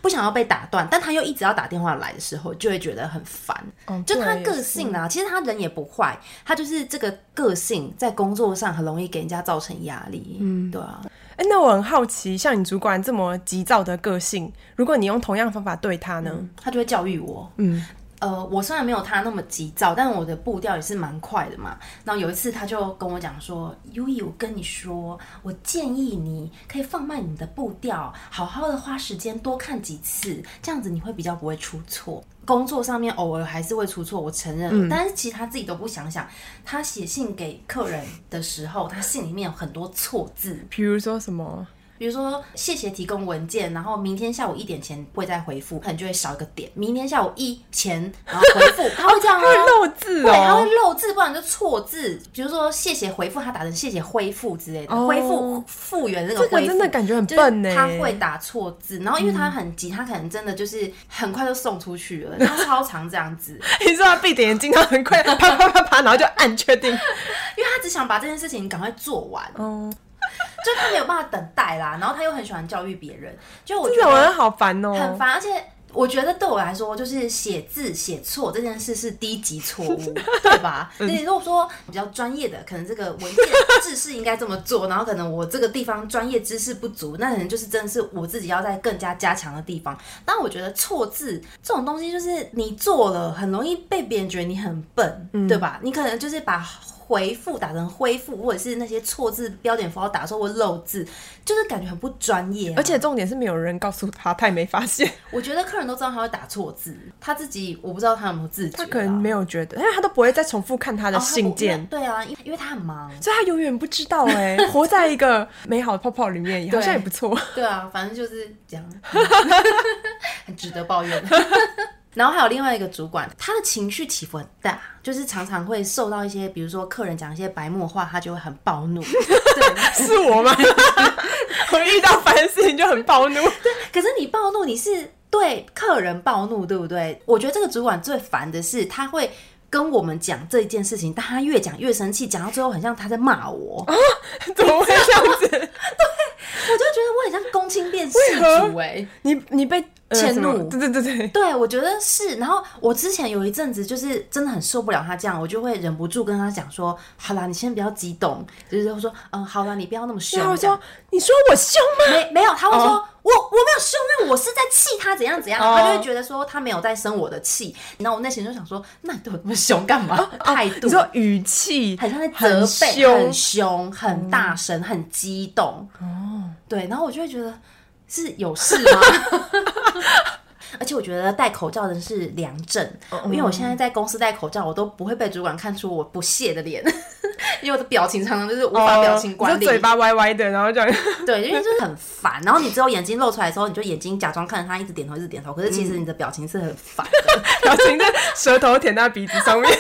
不想要被打断，但他又一直要打电话来的时候，就会觉得很烦。哦就他对个性啦、其实他人也不坏，他就是这个个性在工作上很容易给人家造成压力。嗯，对啊，哎、哎、那我很好奇，像你主管这么急躁的个性，如果你用同样方法对他呢？他就会教育我。嗯，呃，我虽然没有他那么急躁，但我的步调也是蛮快的嘛。然后有一次他就跟我讲说：“优以，我跟你说，我建议你可以放慢你的步调，好好的花时间多看几次，这样子你会比较不会出错。”工作上面偶尔还是会出错，我承认，但是其实他自己都不想想。他写信给客人的时候，他信里面有很多错字，比如说什么？比如说谢谢提供文件，然后明天下午一点前会再回复，可能就会少一个点。明天下午一前然后回 复，他会这样他会哦。漏字对，他会哦。漏字，不然就错字。比如说“谢谢回复”，他打成“谢谢恢复”之类的，哦恢复复原这个这个恢复，真的感觉很就是笨欸嗯呢。他会打错字，然后因为他很急，他可能真的就是很快就送出去了，他超常这样子。 你说他闭着眼睛，他很快啪啪啪啪，然后就按确定。因为他只想把这件事情赶快做完，哦，就他没有办法等待啦。然后他又很喜欢教育别人，就我觉这得种人好烦哦。很烦，而且我觉得对我来说，就是写字写错这件事是低级错误，对吧？那你如果说比较专业的，可能这个文件制式应该这么做，然后可能我这个地方专业知识不足，那可能就是真的是我自己要在更加加强的地方。但我觉得错字这种东西，就是你做了很容易被别人觉得你很笨，对吧？你可能就是把。回复打成恢复，或者是那些错字、标点符号打错或漏字，就是感觉很不专业啊、而且重点是没有人告诉他，他也没发 现，我觉得客人都知道他会打错字，他自己我不知道他有没有自觉啦，他可能没有觉得，因为他都不会再重复看他的哦信件，他不对啊，因为因为他 很忙，所以他永远不知道 哎、活在一个美好的泡泡里面，好像也不错。对啊，反正就是这样， 很值得抱怨。 然后还有另外一个主管，他的情绪起伏很大，就是常常会受到一些，比如说客人讲一些白目话，他就会很暴怒。 对，是我吗？ 我遇到烦的事情就很暴 怒。可是你暴怒，你是对客人暴怒，对不对？我觉得这个主管最烦的是，他会跟我们讲这一件事情，但他越讲越生气，讲到最后很像他在骂我。怎么会这样子？我就觉得我很像公亲变世主哎、你你被呃迁什么怒对对对对，对，我觉得是。然后我之前有一阵子就是真的很受不了他这样，我就会忍不住跟他讲说：“好啦，你先不要激动。”就是会说：“嗯，好啦，你不要那么凶。”然后我说你说我凶吗？没没有，他会说、我我没有凶，那我是在气他怎样怎样，哦他就会觉得说他没有在生我的气。然后我内心就想说：“那你对我那么凶干嘛？”态度哦你说语气很像在责很备，很凶，嗯凶，很大声，很激动。哦，对，然后我就会觉得是有事 吗？而且我觉得戴口罩的人是良政，嗯因为我现在在公司戴口罩，我都不会被主管看出我不屑的脸， 因为我的表情常常就是无法表情管哦你理，说嘴巴歪歪的，然后这样。对，因为就是很烦。然后你只有眼睛露出来的时候，你就眼睛假装看着他，一直点头，一直点头，可是其实你的表情是很烦的， 表情在舌头舔到鼻子上面，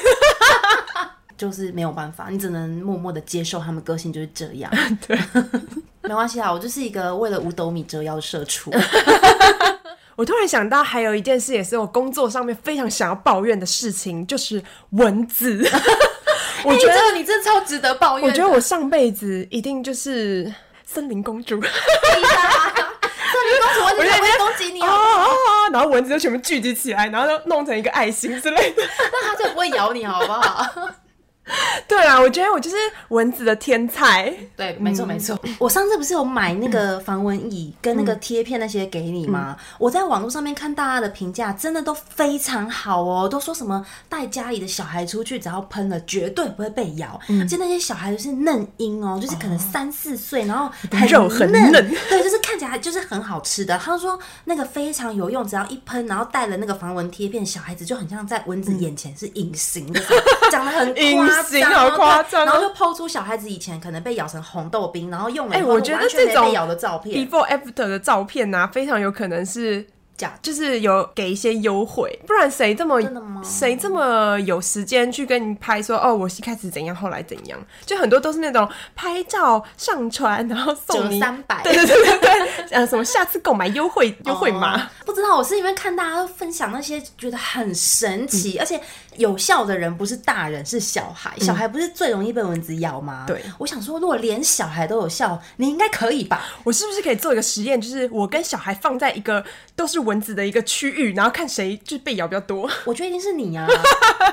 就是没有办法，你只能默默的接受他们个性就是这 样。 没关系啦，我就是一个为了五斗米折腰的社畜。 我突然想到，还有一件事也是我工作上面非常想要抱怨的事情，就是文 字。 我觉得，哎这个你真的超值得抱怨我的。 觉得我上辈子一定就是森林公主。你啊，这女公主，我我只觉是得会攻击你 哦哦哦，哦！然后蚊子就全部聚集起来，然后就弄成一个爱心之类的。但她才不会咬你，好不好？ 对啦，我觉得我就是蚊子的天才。对，没错没错。嗯我上次不是有买那个防蚊嗯椅跟那个贴片那些给你吗？我在网络上面看大家的评价，真的都非常好哦，都说什么带家里的小孩出去，只要喷了绝对不会被咬。嗯而且那些小孩就是嫩婴哦，就是可能三四岁，然后很肉很嫩，嫩对，就是看起来就是很好吃的。他说那个非常有用，只要一喷，然后带了那个防蚊贴片，小孩子就很像在蚊子眼前是隐形的，长得很嗯 隐夸形张，好然后夸对张哦然后就抛出小孩子以前可能被咬成红豆冰，然后用了以哎后我觉得完全没这种被咬的照片， Before after 的照片呐、啊，非常有可能是假的就是有给一些优惠，不然谁这么真的吗谁这么有时间去跟你拍说哦，我一开始怎样，后来怎样？就很多都是那种拍照上传，然后送你900对对对对对，呃，什么下次购买优惠优惠码，哦不知道，我是因为看大家都分享那些，觉得很神嗯奇，而且有效的人不是大人，是小孩。小孩不是最容易被蚊子咬吗？对我想说，如果连小孩都有效，你应该可以吧？我是不是可以做一个实验？就是我跟小孩放在一个都是蚊子的一个区域，然后看谁就是被咬比较多。我觉得一定是你 啊！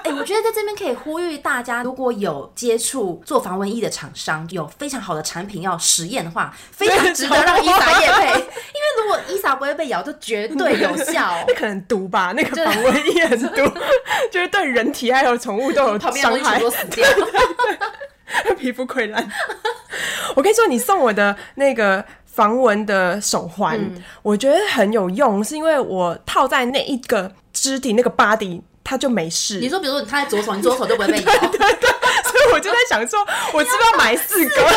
哎、我觉得在这边可以呼吁大家，如果有接触做防蚊衣的厂商，有非常好的产品要实验的话，非常值得让伊莎叶 配，因为如果伊莎不会被咬，就绝对有 效。那可能毒吧，那个防蚊液很毒，就是对人体还有宠物都有旁边的伤东西全害部，都死掉。 皮肤溃烂。我跟你说，你送我的那个防蚊的手环，我觉得很有用，是因为我套在那一个肢体那个 body，它就没事。 你说，比如说你摊在左手，你左手就不会被咬。 所以我就在想说，我是不是要买四个？ 对，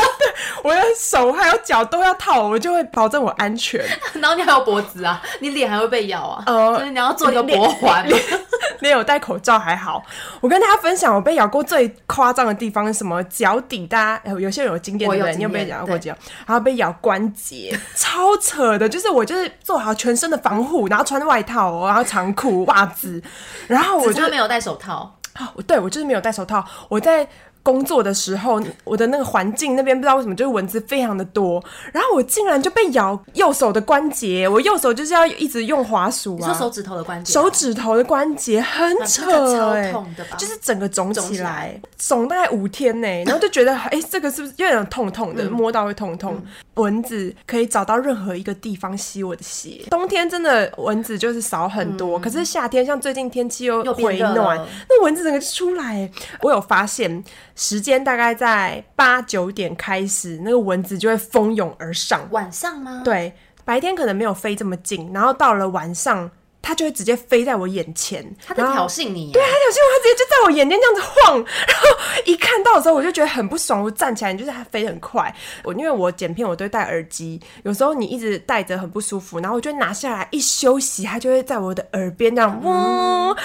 我的手还有脚都要套，我就会保证我安全。然后你还有脖子啊，你脸还会被咬啊，呃所以你要做一个脖环 嘛。 没有戴口罩还好。我跟大家分享，我被咬过最夸张的地方是什么？脚底，大家呃有些人有经验，我对不有对？你有经被验咬对过脚？然后被咬关节，超扯的。就是我就是做好全身的防护，然后穿外套哦、然后长裤、袜子，然后我我就就没有戴手套，啊，我对我就是没有戴手套，我在。工作的时候，我的那个环境那边不知道为什么就是蚊子非常的多，然后我竟然就被咬右手的关节，我右手就是要一直用滑鼠你啊说，手指头的关节啊，手指头的关节很那这扯、个欸，超痛的吧就是整个肿肿起起来来，肿大概五天呢、然后就觉得， 哎、这个是不是有点痛痛嗯的，摸到会痛痛。蚊子可以找到任何一个地方吸我的血，冬天真的蚊子就是少很多，可是夏天像最近天气又嗯又变回热暖了，那蚊子整个就出来欸、我有发现，时间大概在八九点开始，那个蚊子就会蜂拥而上，晚上吗？，对，白天可能没有飞这么近，然后到了晚上，它就会直接飞在我眼前。他在然后挑衅你耶。对啊它挑衅我，它直接就在我眼前这样子晃，然后一看到的时候，我就觉得很不爽。我站起来，就是它飞得很快。我因为我剪片，我都会戴耳机，有时候你一直戴着很不舒服，然后我就会拿下来一休息，它就会在我的耳边这样嗡、啊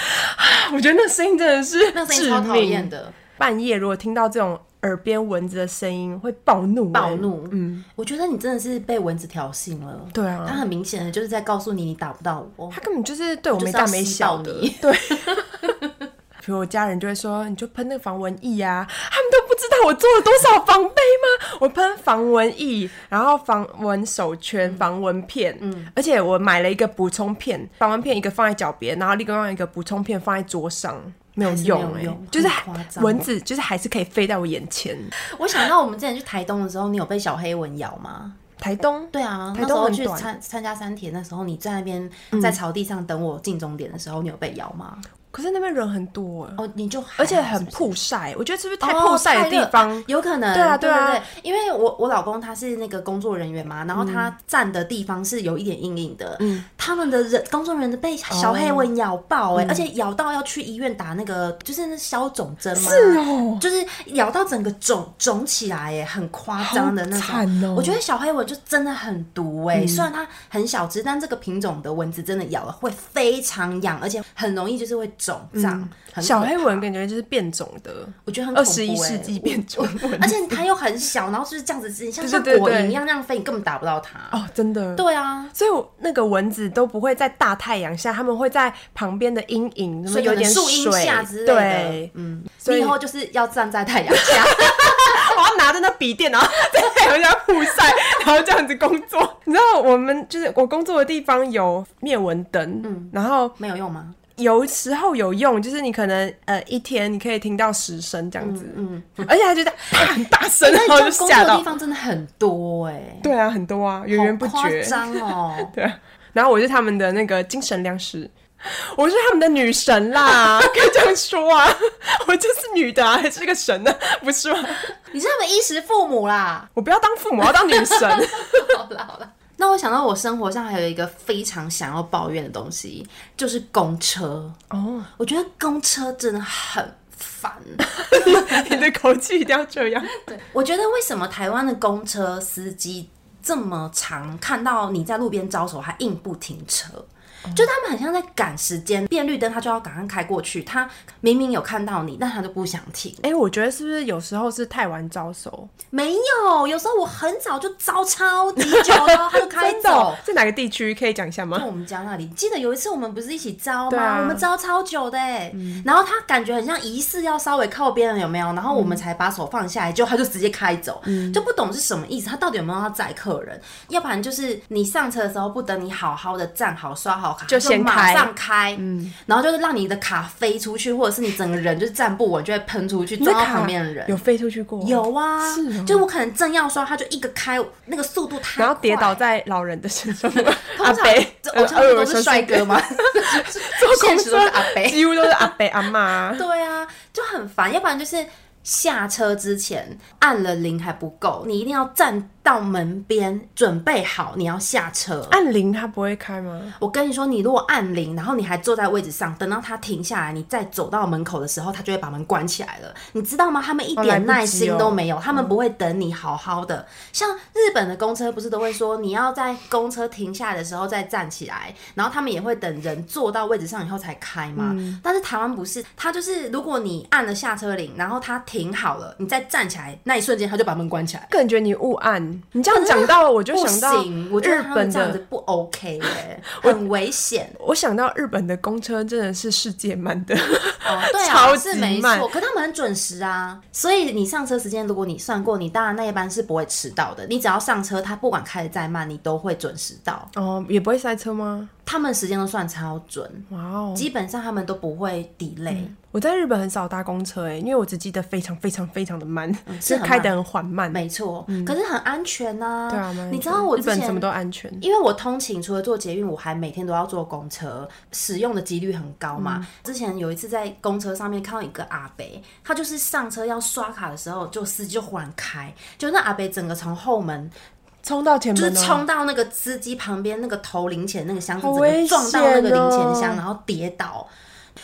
我觉得那声音真的是嗯那个致声音超讨命厌。的，半夜如果听到这种耳边蚊子的声音，会暴怒、暴欸。怒。嗯，我觉得你真的是被蚊子挑衅了。对啊它很明显的就是在告诉你，你打不到我他。根本就是对我就没是要大没吸小爆的你，对。 比如我家人就会说，你就喷那个防蚊液啊，他们都不知道我做了多少防备吗？我喷防蚊液，然后防蚊手圈、防蚊片，嗯，而且我买了一个补充片，防蚊片一个放在脚边，然后另外一个补充片放在桌上，没有还是没有用哎、用就是很夸张哦蚊子就是还是可以飞在我眼前。我想到我们之前去台东的时候，你有被小黑蚊咬吗？台东对啊，台那东时候很去短嗯参参加三铁，那时候你在那边在草地上等我进终点的时候，你有被咬吗？可是那边人很多、欸，哦，你就还好嗯而且是很不是曝晒，我觉得是不是太哦曝晒的太热地方？有可能。对啊对啊对对，因为我我老公他是那个工作人员嘛，然后他嗯站的地方是有一点阴影的，嗯，他们的人工作人员被小黑蚊咬爆嗯哎、而且咬到要去医院打那个就是那消肿针嘛，是哦就是咬到整个肿肿起来哎、很夸张的那好惨种。哦嗯我觉得小黑蚊就真的很毒哎、虽然它很小只，但这个品种的蚊子真的咬了会非常痒，而且很容易就是会肿胀、嗯很小可黑怕蚊感觉就是变种的，我觉得很恐二怖十一欸世纪我变种蚊而且它又很小，然后就是这样子吃，像对像对对果对蝇一样那样飞，你根本打不到它。哦，真的。对啊，所以我那个蚊子都不会在大太阳下，它们会在旁边的阴影，那么所以有可能点树荫水下之类的对，嗯，所你以以后就是要站在太阳下。 我要拿着那笔电，然后 在太阳下曝晒，然后这样子工作。 你知道我们就是我工作的地方有灭蚊灯，嗯，然后没有 用吗？有时候有用，就是你可能呃一天你可以听到十声这样子，嗯，啊而且它就在很大声，那然你后这哦就样工吓作的到地。方真的很多哎，对啊，很多啊，源源不好夸绝。。张哦 对，啊然后我是他们的那个精神粮食， 我是他们的女神啦， 可以这样说啊， 我就是女的、啊，还是个神呢、 不是吗？你是他们衣食父母啦。我不要当父母，我要当女神。 好啦好啦。那我想到我生活上还有一个非常想要抱怨的东西，就是公车。哦，我觉得公车真的很烦。你的口气一定要这样。我觉得为什么台湾的公车司机这么常看到你在路边招手，他硬不停车？就他们很像在赶时间，变绿灯他就要赶快开过去。他明明有看到你，但他就不想停。哎、我觉得是不是有时候是太晚招手？没有，有时候我很早就招超级久了，他就 开真的走哦。？在哪个地区可以讲一下在吗？哦我们家那里，记得有一次我们不是一起招对吗？啊嗯我们招超久的、欸然后他感觉很像疑似要稍微靠边了，有没有？然后我们才把手放下来，就他就直接开走，嗯就不懂是什么意思，他到底有没有要载客人？要不然就是你上车的时候不等你好好的站好、刷好卡，就先马开嗯上开，然后就是让你的卡飞出去，或者是你整个人就是站不稳，就会喷出去你撞的到卡旁边的人。有飞出去过，，有啊，是哦就我可能正要刷，他就一个开，那个速度太快，然后跌倒在老人的身上，阿通常北这，呃我常常都我是帅 哥嘛，坐公现实都是车阿伯几乎都是阿北阿 妈。对啊，就很烦。要不然就是下车之前按了铃还不够，你一定要站到门边，准备好你要下车。按铃他啊不会开吗？我跟你说，你如果按铃，然后你还坐在位置上，等到他停下来，你再走到门口的时候，他就会把门关起来了，你知道吗？他们一哦来点不及耐心哦都没有，他们不会等你好好的。像日本的公车不是都会说，你要在公车停下来的时候再站起来，然后他们也会等人坐到位置上以后才开吗？但是台湾不是，他就是如果你按了下车铃，然后他停好了，你再站起来，那一瞬间他就把门关起来。感觉你误按，你这样讲到我就不想到行，我觉得日他们本这样子的，不 OK 哎、很危险。我想到日本的公车真的是世界慢的，哦，对 啊，超是级没慢错，可他们很准时啊。所以你上车时间，如果你算过，你当然那一班是不会迟到的。你只要上车，他不管开的再慢，你都会准时到。哦，也不会塞车吗？他们时间都算超准，哇哦！基本上他们都不会 delay。我在日本很少搭公车诶、因为我只记得非常非常非常的慢，嗯是就很开得很缓慢。没错，可是很安全呐、对啊，蛮你知道我日之本前什么都安全，因为我通勤除了坐捷运，我还每天都要坐公车，使用的几率很高嘛。之前有一次在公车上面看到一个阿伯，他就是上车要刷卡的时候，就司机就忽然开，就那阿伯整个从后门冲到前就门、是哦，冲到那个司机旁边那个投零钱那个箱子，好整危个撞到那个险哦零钱箱，然后跌倒。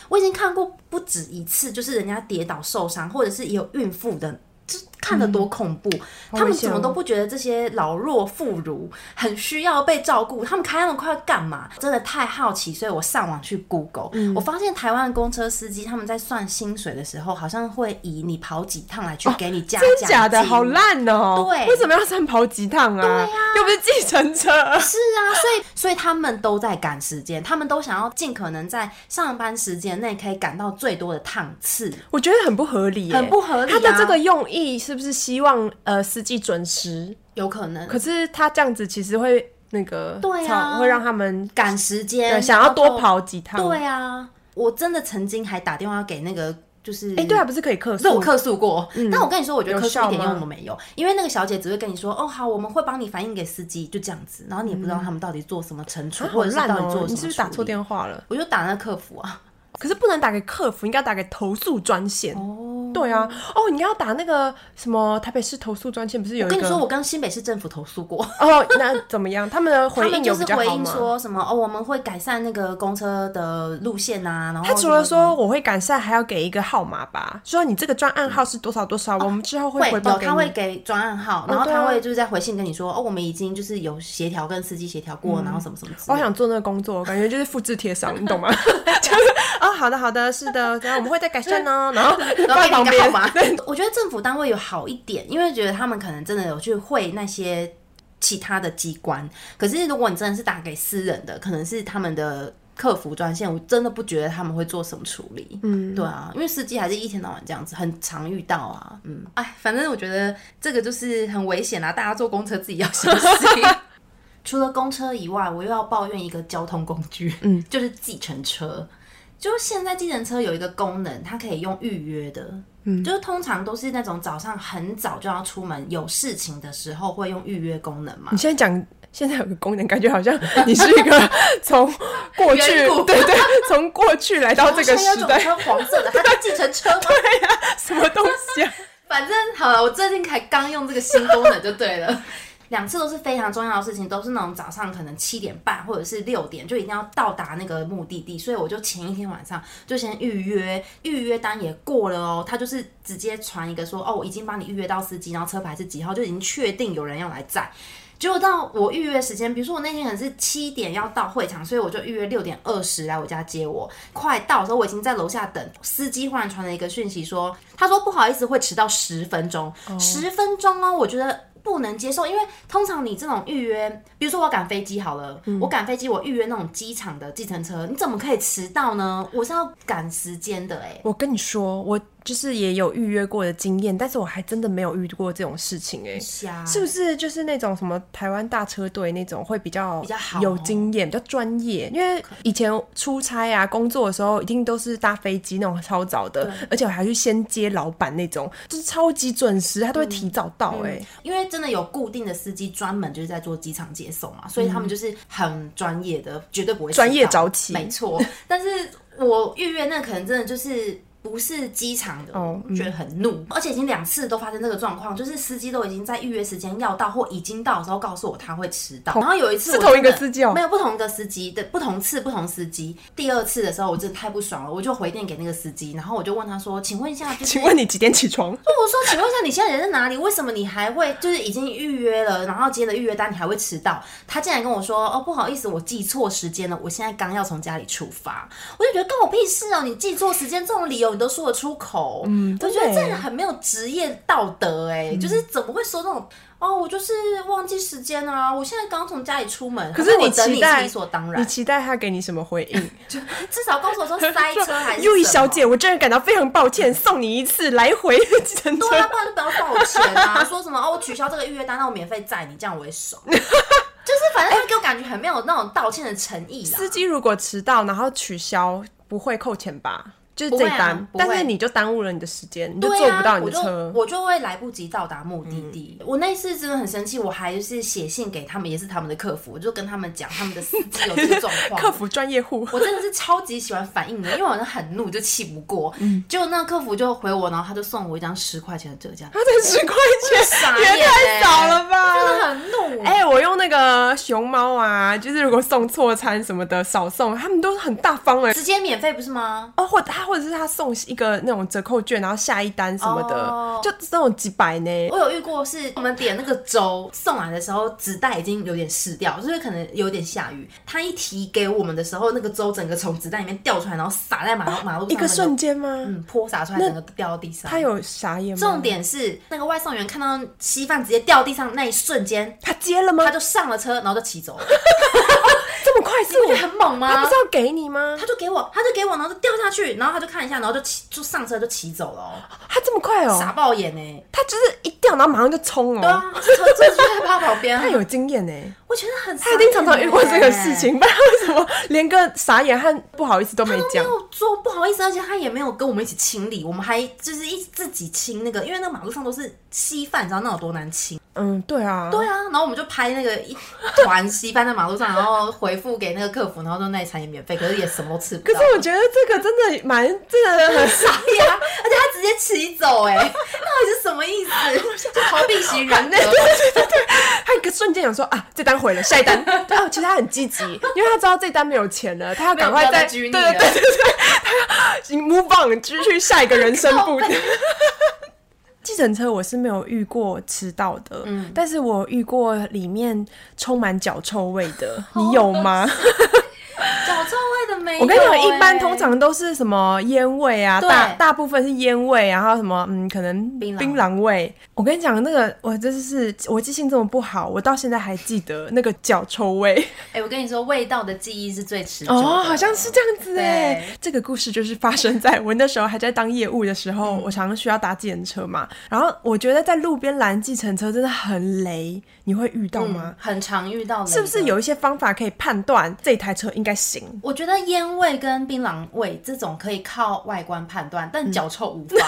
我已经看过不止一次，就是人家跌倒受伤，或者是也有孕妇的，这看得多恐怖。好他们危险怎么哦都不觉得这些老弱妇孺很需要被照顾？他们开那么快干嘛？真的太好奇，所以我上网去 Google，、我嗯发现台湾的公车司机他们在算薪水的时候，好像会以你跑几趟来去给你加哦真奖假的金好烂哦、对为什么要三跑几趟啊？又不是计程 车。是啊，所以所以他们都在赶时间，他们都想要尽可能在上班时间内可以赶到最多的趟次。我觉得很不合理耶、欸很不合理啊他的这个用意是不是希望呃司机准时？有可能可是他这样子其实会那个对啊吵会让他们赶时对间，想要多然后跑几趟。就。对啊，我真的曾经还打电话给那个就是哎、对啊，不是可以克是我诉？客诉过，但我跟你说，我觉得有客诉效一点吗用都没有，因为那个小姐只会跟你说，哦，好，我们会帮你反映给司机，就这样子，然后你也不知道他们到底做什么惩处，嗯好或者是烂到底哦、做了什么你是不是打处错理电话了？我就打那客服啊，可是不能打给客服，应该打给投诉专线。哦，对啊，哦，你要打那个什么台北市投诉专线，不是有一我个？跟你说，我跟新北市政府投诉过。哦，那怎么样？他们的他回们应就有是比较回好应吗？说什么哦，我们会改善那个公车的路线啊，然后他除了什么说我会改善，还要给一个号码吧，说你这个专案号是多少多少，我们之后会哦会回有报给他会你。给专案号，然后对啊他会就是在回信跟你说哦，我们已经就是有协调跟司机协调嗯过，然后什么什么之我类的。想做那个工作，感觉就是复制贴上，你 懂吗？就是哦，好的好的，是的，然后我们会再改善 哦，然后然后放给旁你一个号边。码， 我觉得政府单位有好一点，因为觉得他们可能真的有去会那些其他的机关。可是如果你真的是打给私人的，可能是他们的客服专线，我真的不觉得他们会做什么处理。嗯，对啊，因为司机还是一天到晚这样子，很常遇到啊。嗯，哎，反正我觉得这个就是很危险啊，大家坐公车自己要小心。除了公车以外，我又要抱怨一个交通工具，嗯， 就是计程车。就是现在计程车有一个功能，它可以用预约的，嗯，就是通常都是那种早上很早就要出门有事情的时候会用预约功能嘛你。现在讲。现在有个功能，感觉好像你是一个从过 去，远古对对，从过去来到这个现在有时 种代，车黄色的，它是计程车吗？什么东西 啊？反正好了，我最近才刚用这个新功能就对了。 两次都是非常重要的事情，都是那种早上可能七点半或者是六点就一定要到达那个目的地，所以我就前一天晚上就先预约，预约单也过了哦，他就是直接传一个说哦，我已经帮你预约到司机，然后车牌是几号，就已经确定有人要来载。结果到我预约时间，比如说我那天可能是七点要到会场，所以我就预约六点二十来我家接我。快到的时候，我已经在楼下等，司机忽然传了一个讯息说，他说不好意思会迟到十分钟，十、分钟哦，我觉得。不能接受，因为通常你这种预约，比如说我赶飞机好了，我赶飞机，我预约那种机场的计程车，你怎么可以迟到呢？我是要赶时间的哎、我跟你说，我就是也有预约过的经验，但是我还真的没有遇过这种事情哎、虾是不是就是那种什么台湾大车队那种会比较比较好有经验、比较专业？因为以前出差啊、工作的时候，一定都是搭飞机那种超早的，而且我还去先接老板那种，就是超级准时，他都嗯会提早到哎、因为真的有固定的司机专门就是在做机场接送嘛，所以他们就是很专业的，绝对不会迟嗯到专业早起没错。但是我预约那可能真的就是。不是机场的，哦我觉得很怒，而且已经两次都发生这个状况，就是司机都已经在预约时间要到或已经到的时候告诉我他会迟到，然后有一次是我同一真的个司机哦没有不同的司机对，不同次不同司机。第二次的时候我真的太不爽了，我就回电给那个司机，然后我就问他说，请问一下，就是请问你几点起 床？我说，请问一下，你现在人在哪里？为什么你还会就是已经预约了，然后接了预约单，你还会迟到？他竟然跟我说，哦，不好意思，我记错时间了，我现在刚要从家里出发。我就觉得跟我屁事哦，你记错时间这种理由你都说得出口？嗯，我真觉的得这耶人很没有职业道德哎、嗯就是怎么会说那种哦，我就是忘记时间啊，我现在刚从家里出门，可是我等期你待理所当你然，期待他给你什么回 应？至少告诉我 说塞车还是优衣什么小姐，我真的感到非常抱歉，送你一次来回 计程车对啊，不然就不要算我钱啊！ 说什么哦，我取消这个预约单，那我免费载你，这样我 也爽。就是反哎正他给我感觉很没有那种道歉的诚意啦。司机如果迟到然后取消，不会扣钱吧？就是不会这啊单，不会但是你就耽误了你的时间，你就对坐不到啊，你我的就车。嗯我就会来不及到达目的地。我那一次真的很生气，我还是写信给他们，也是他们的客服，我就跟他们讲他们的司机有这个状况。客服专业户，我真的是超级喜欢反应的，因为我很怒，就气不过。嗯结果那个客服就回我，然后他就送我一张十块钱的折价他才十块傻钱，眼也太少欸了吧！ 单，真的很怒。哎、我用那个熊猫啊，就是如果送错餐什么的少送，他们都很大方哎、直接免费不是吗？哦，或者他或者是他送一个那种折扣券，然后下一单什么的，哦就这种几百呢。我有遇过是，我们点那个粥送来的时候，纸袋已经有点湿掉，就是可能有点下雨。他一提给我们的时候，那个粥整个从纸袋里面掉出来，然后洒在马路、马路上，哦一个瞬，间吗？嗯，泼洒出来，整个掉到地上。他有嗯傻眼吗？重点是那个外送员看到稀饭直接掉地上那一瞬间，他接了吗他？就上了车，然后就 骑走了。这么快你不觉得啊速？很猛哦他吗不是？要给你吗？他就给我，他就给我，然后就掉下去，然后他就看一下，然后就骑，就上车就骑走了、哦，他这么快哦、傻爆眼呢、欸他就是一掉，然后马上就冲哦、对啊，车车就在他旁边，啊他有经验呢、我觉得很傻他眼欸，欸一定常常遇过这个事情， 不然为什么连个傻眼和不好意思都没没讲？有做不好意思，而且他也没有跟我们一起清理，我们还就是一自己清那个，因为那个马路上都是稀饭，你知道那有多难清？嗯，对啊，对啊，然后我们就拍那个一团稀饭在马路上，然后回复给那个客服，然后说那一餐也免费，可是也什么都吃不可到。是我觉得这个真的蛮，这个很傻对呀、 而且他直接骑走、哎，到底是什么意 思？就逃避型人格。他一个瞬间想说啊，这单毁了，下一单。对啊，其实他很积极，因为他知道这单没有钱了，他要赶快没有必要再再拘对泥对了对对，他要 move on，继续下一个人生步。计程车我是没有遇过迟到的，但是我遇过里面充满脚臭味的，你有吗？脚臭味的没有、我跟你讲，哎一般通常都是什么烟味啊，对大大部分是烟味，然后什么嗯，可能槟榔槟榔味。我跟你讲，那个我真的是我记性这么不好，我到现在还记得那个脚臭味。 哎、我跟你说，味道的记忆是最持久 的。哦，好像是这样子哎对。这个故事就是发生在我那时候还在当业务的时候，我常常需要搭计程车嘛。然后我觉得在路边拦计程车真的很雷，你会遇到吗嗯？很常遇到的，是不是有一些方法可以判断这台车应该行？我觉得烟味跟槟榔味这种可以靠外观判断，但脚臭无 法。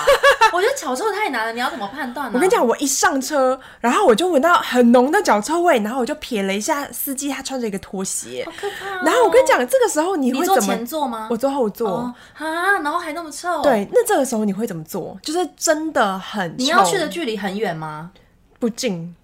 我觉得脚臭太难了，你要怎么判断呢、啊我跟你，讲，我一上车，然后我就闻到很浓的脚臭味，然后我就瞥了一下司机，他穿着一个拖鞋。可怕哦然后我跟你，讲，这个时候你你会坐怎么前？座吗？我坐后座。哦啊，然后还那么臭。，对，那这个时候你会怎么做？就是真的很臭你要去的距离很远吗？不近，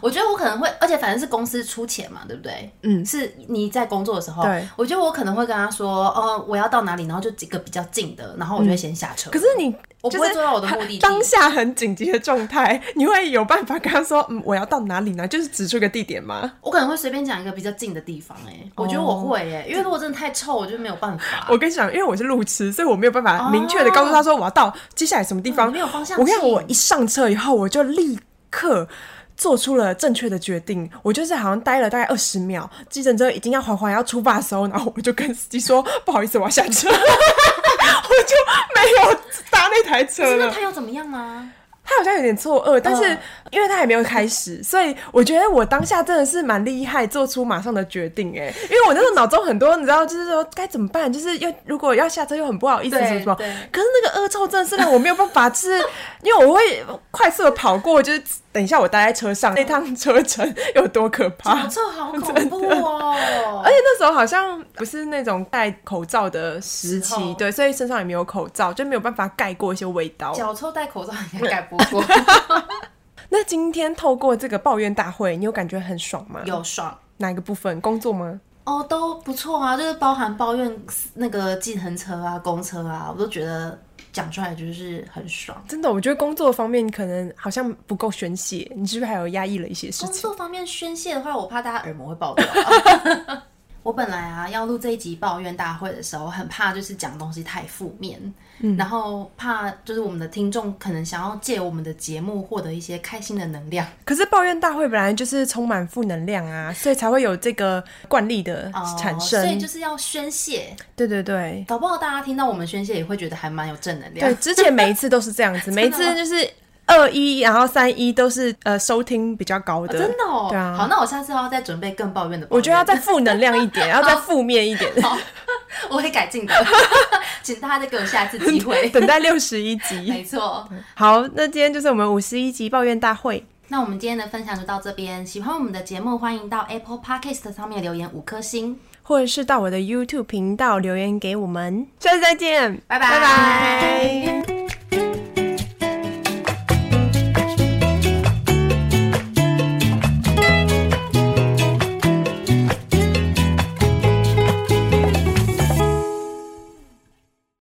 我觉得我可能会，而且反正是公司出钱嘛，对不对？嗯是你在工作的时候，对，我觉得我可能会跟他说，呃，我要到哪里，然后就几个比较近的，然后我就会先下车。嗯可是你我就不会是坐到我的目的地当下很紧急的状态，你会有办法跟他说，嗯，我要到哪里呢？就是指出一个地点吗？我可能会随便讲一个比较近的地方、哎，我觉得我会、哎，哦因为如果真的太臭，我就没有办法。我跟你讲，因为我是路痴，所以我没有办法明确的告诉他说我要到接下来什么地方。哦你没有方向我跟你讲，性我一上车以后，我就立刻。做出了正确的决定，我就是好像待了大概二十秒，计程车已经要缓缓要出发的时 候，然后我就跟司机说：“不好意思，我要下车。”我就没有搭那台车是那了。他又怎么样吗？他好像有点错愕，但是嗯因为他还没有开 始，所以我觉得我当下真的是蛮厉害，做出马上的决定哎、因为我那时候脑中很多，你知道，就是说该怎么办，就是又如果要下车又很不好意思对什么什么对，可是那个恶臭真的是让我没有办法， 就是因为我会快速的跑过，就是等一下我待在车上那趟车程有多可怕， 好臭，好恐怖哦！而且那时候好像不是那种戴口罩的时时期候，对，所以身上也没有口罩，就没有办法盖过一些味道。脚臭戴口罩应该盖不过，那今天透过这个抱怨大会，你有感觉很爽吗？ 有爽。哪一个部分？工作吗？哦，都不错啊，就是包含抱怨那个计程车啊、公车啊，我都觉得讲出来就是很爽。真的，我觉得工作方面可能好像不够宣泄，你是不是还有压抑了一些事工情？作方面宣泄的话，我怕大家耳膜会爆掉。 我本来啊要录这一集抱怨大会的时候，很怕就是讲东西太负面，然后怕就是我们的听众可能想要借我们的节目获得一些开心的能量。可是抱怨大会本来就是充满负能量啊，所以才会有这个惯例的哦产生。所以就是要宣泄，对对对。搞不好大家听到我们宣泄也会觉得还蛮有正能量对，。之前每一次都是这 样子，每一次吗就是二一，然后三一都是呃收听比较高的，真的哦，对啊好，那我下次要再准备更抱怨的抱怨。我觉得要再负能量一 点，要再负面一哦点，我会改进的，请大家再给我下次机 会。等待六十一 集。没错，好，那今天就是我们五十一集抱怨大会，那我们今天的分享就到这边。喜欢我们的节目，欢迎到 Apple Podcast 上面留言五颗星。或者是到我的 YouTube 频道留言给我们，下次再见，拜拜拜拜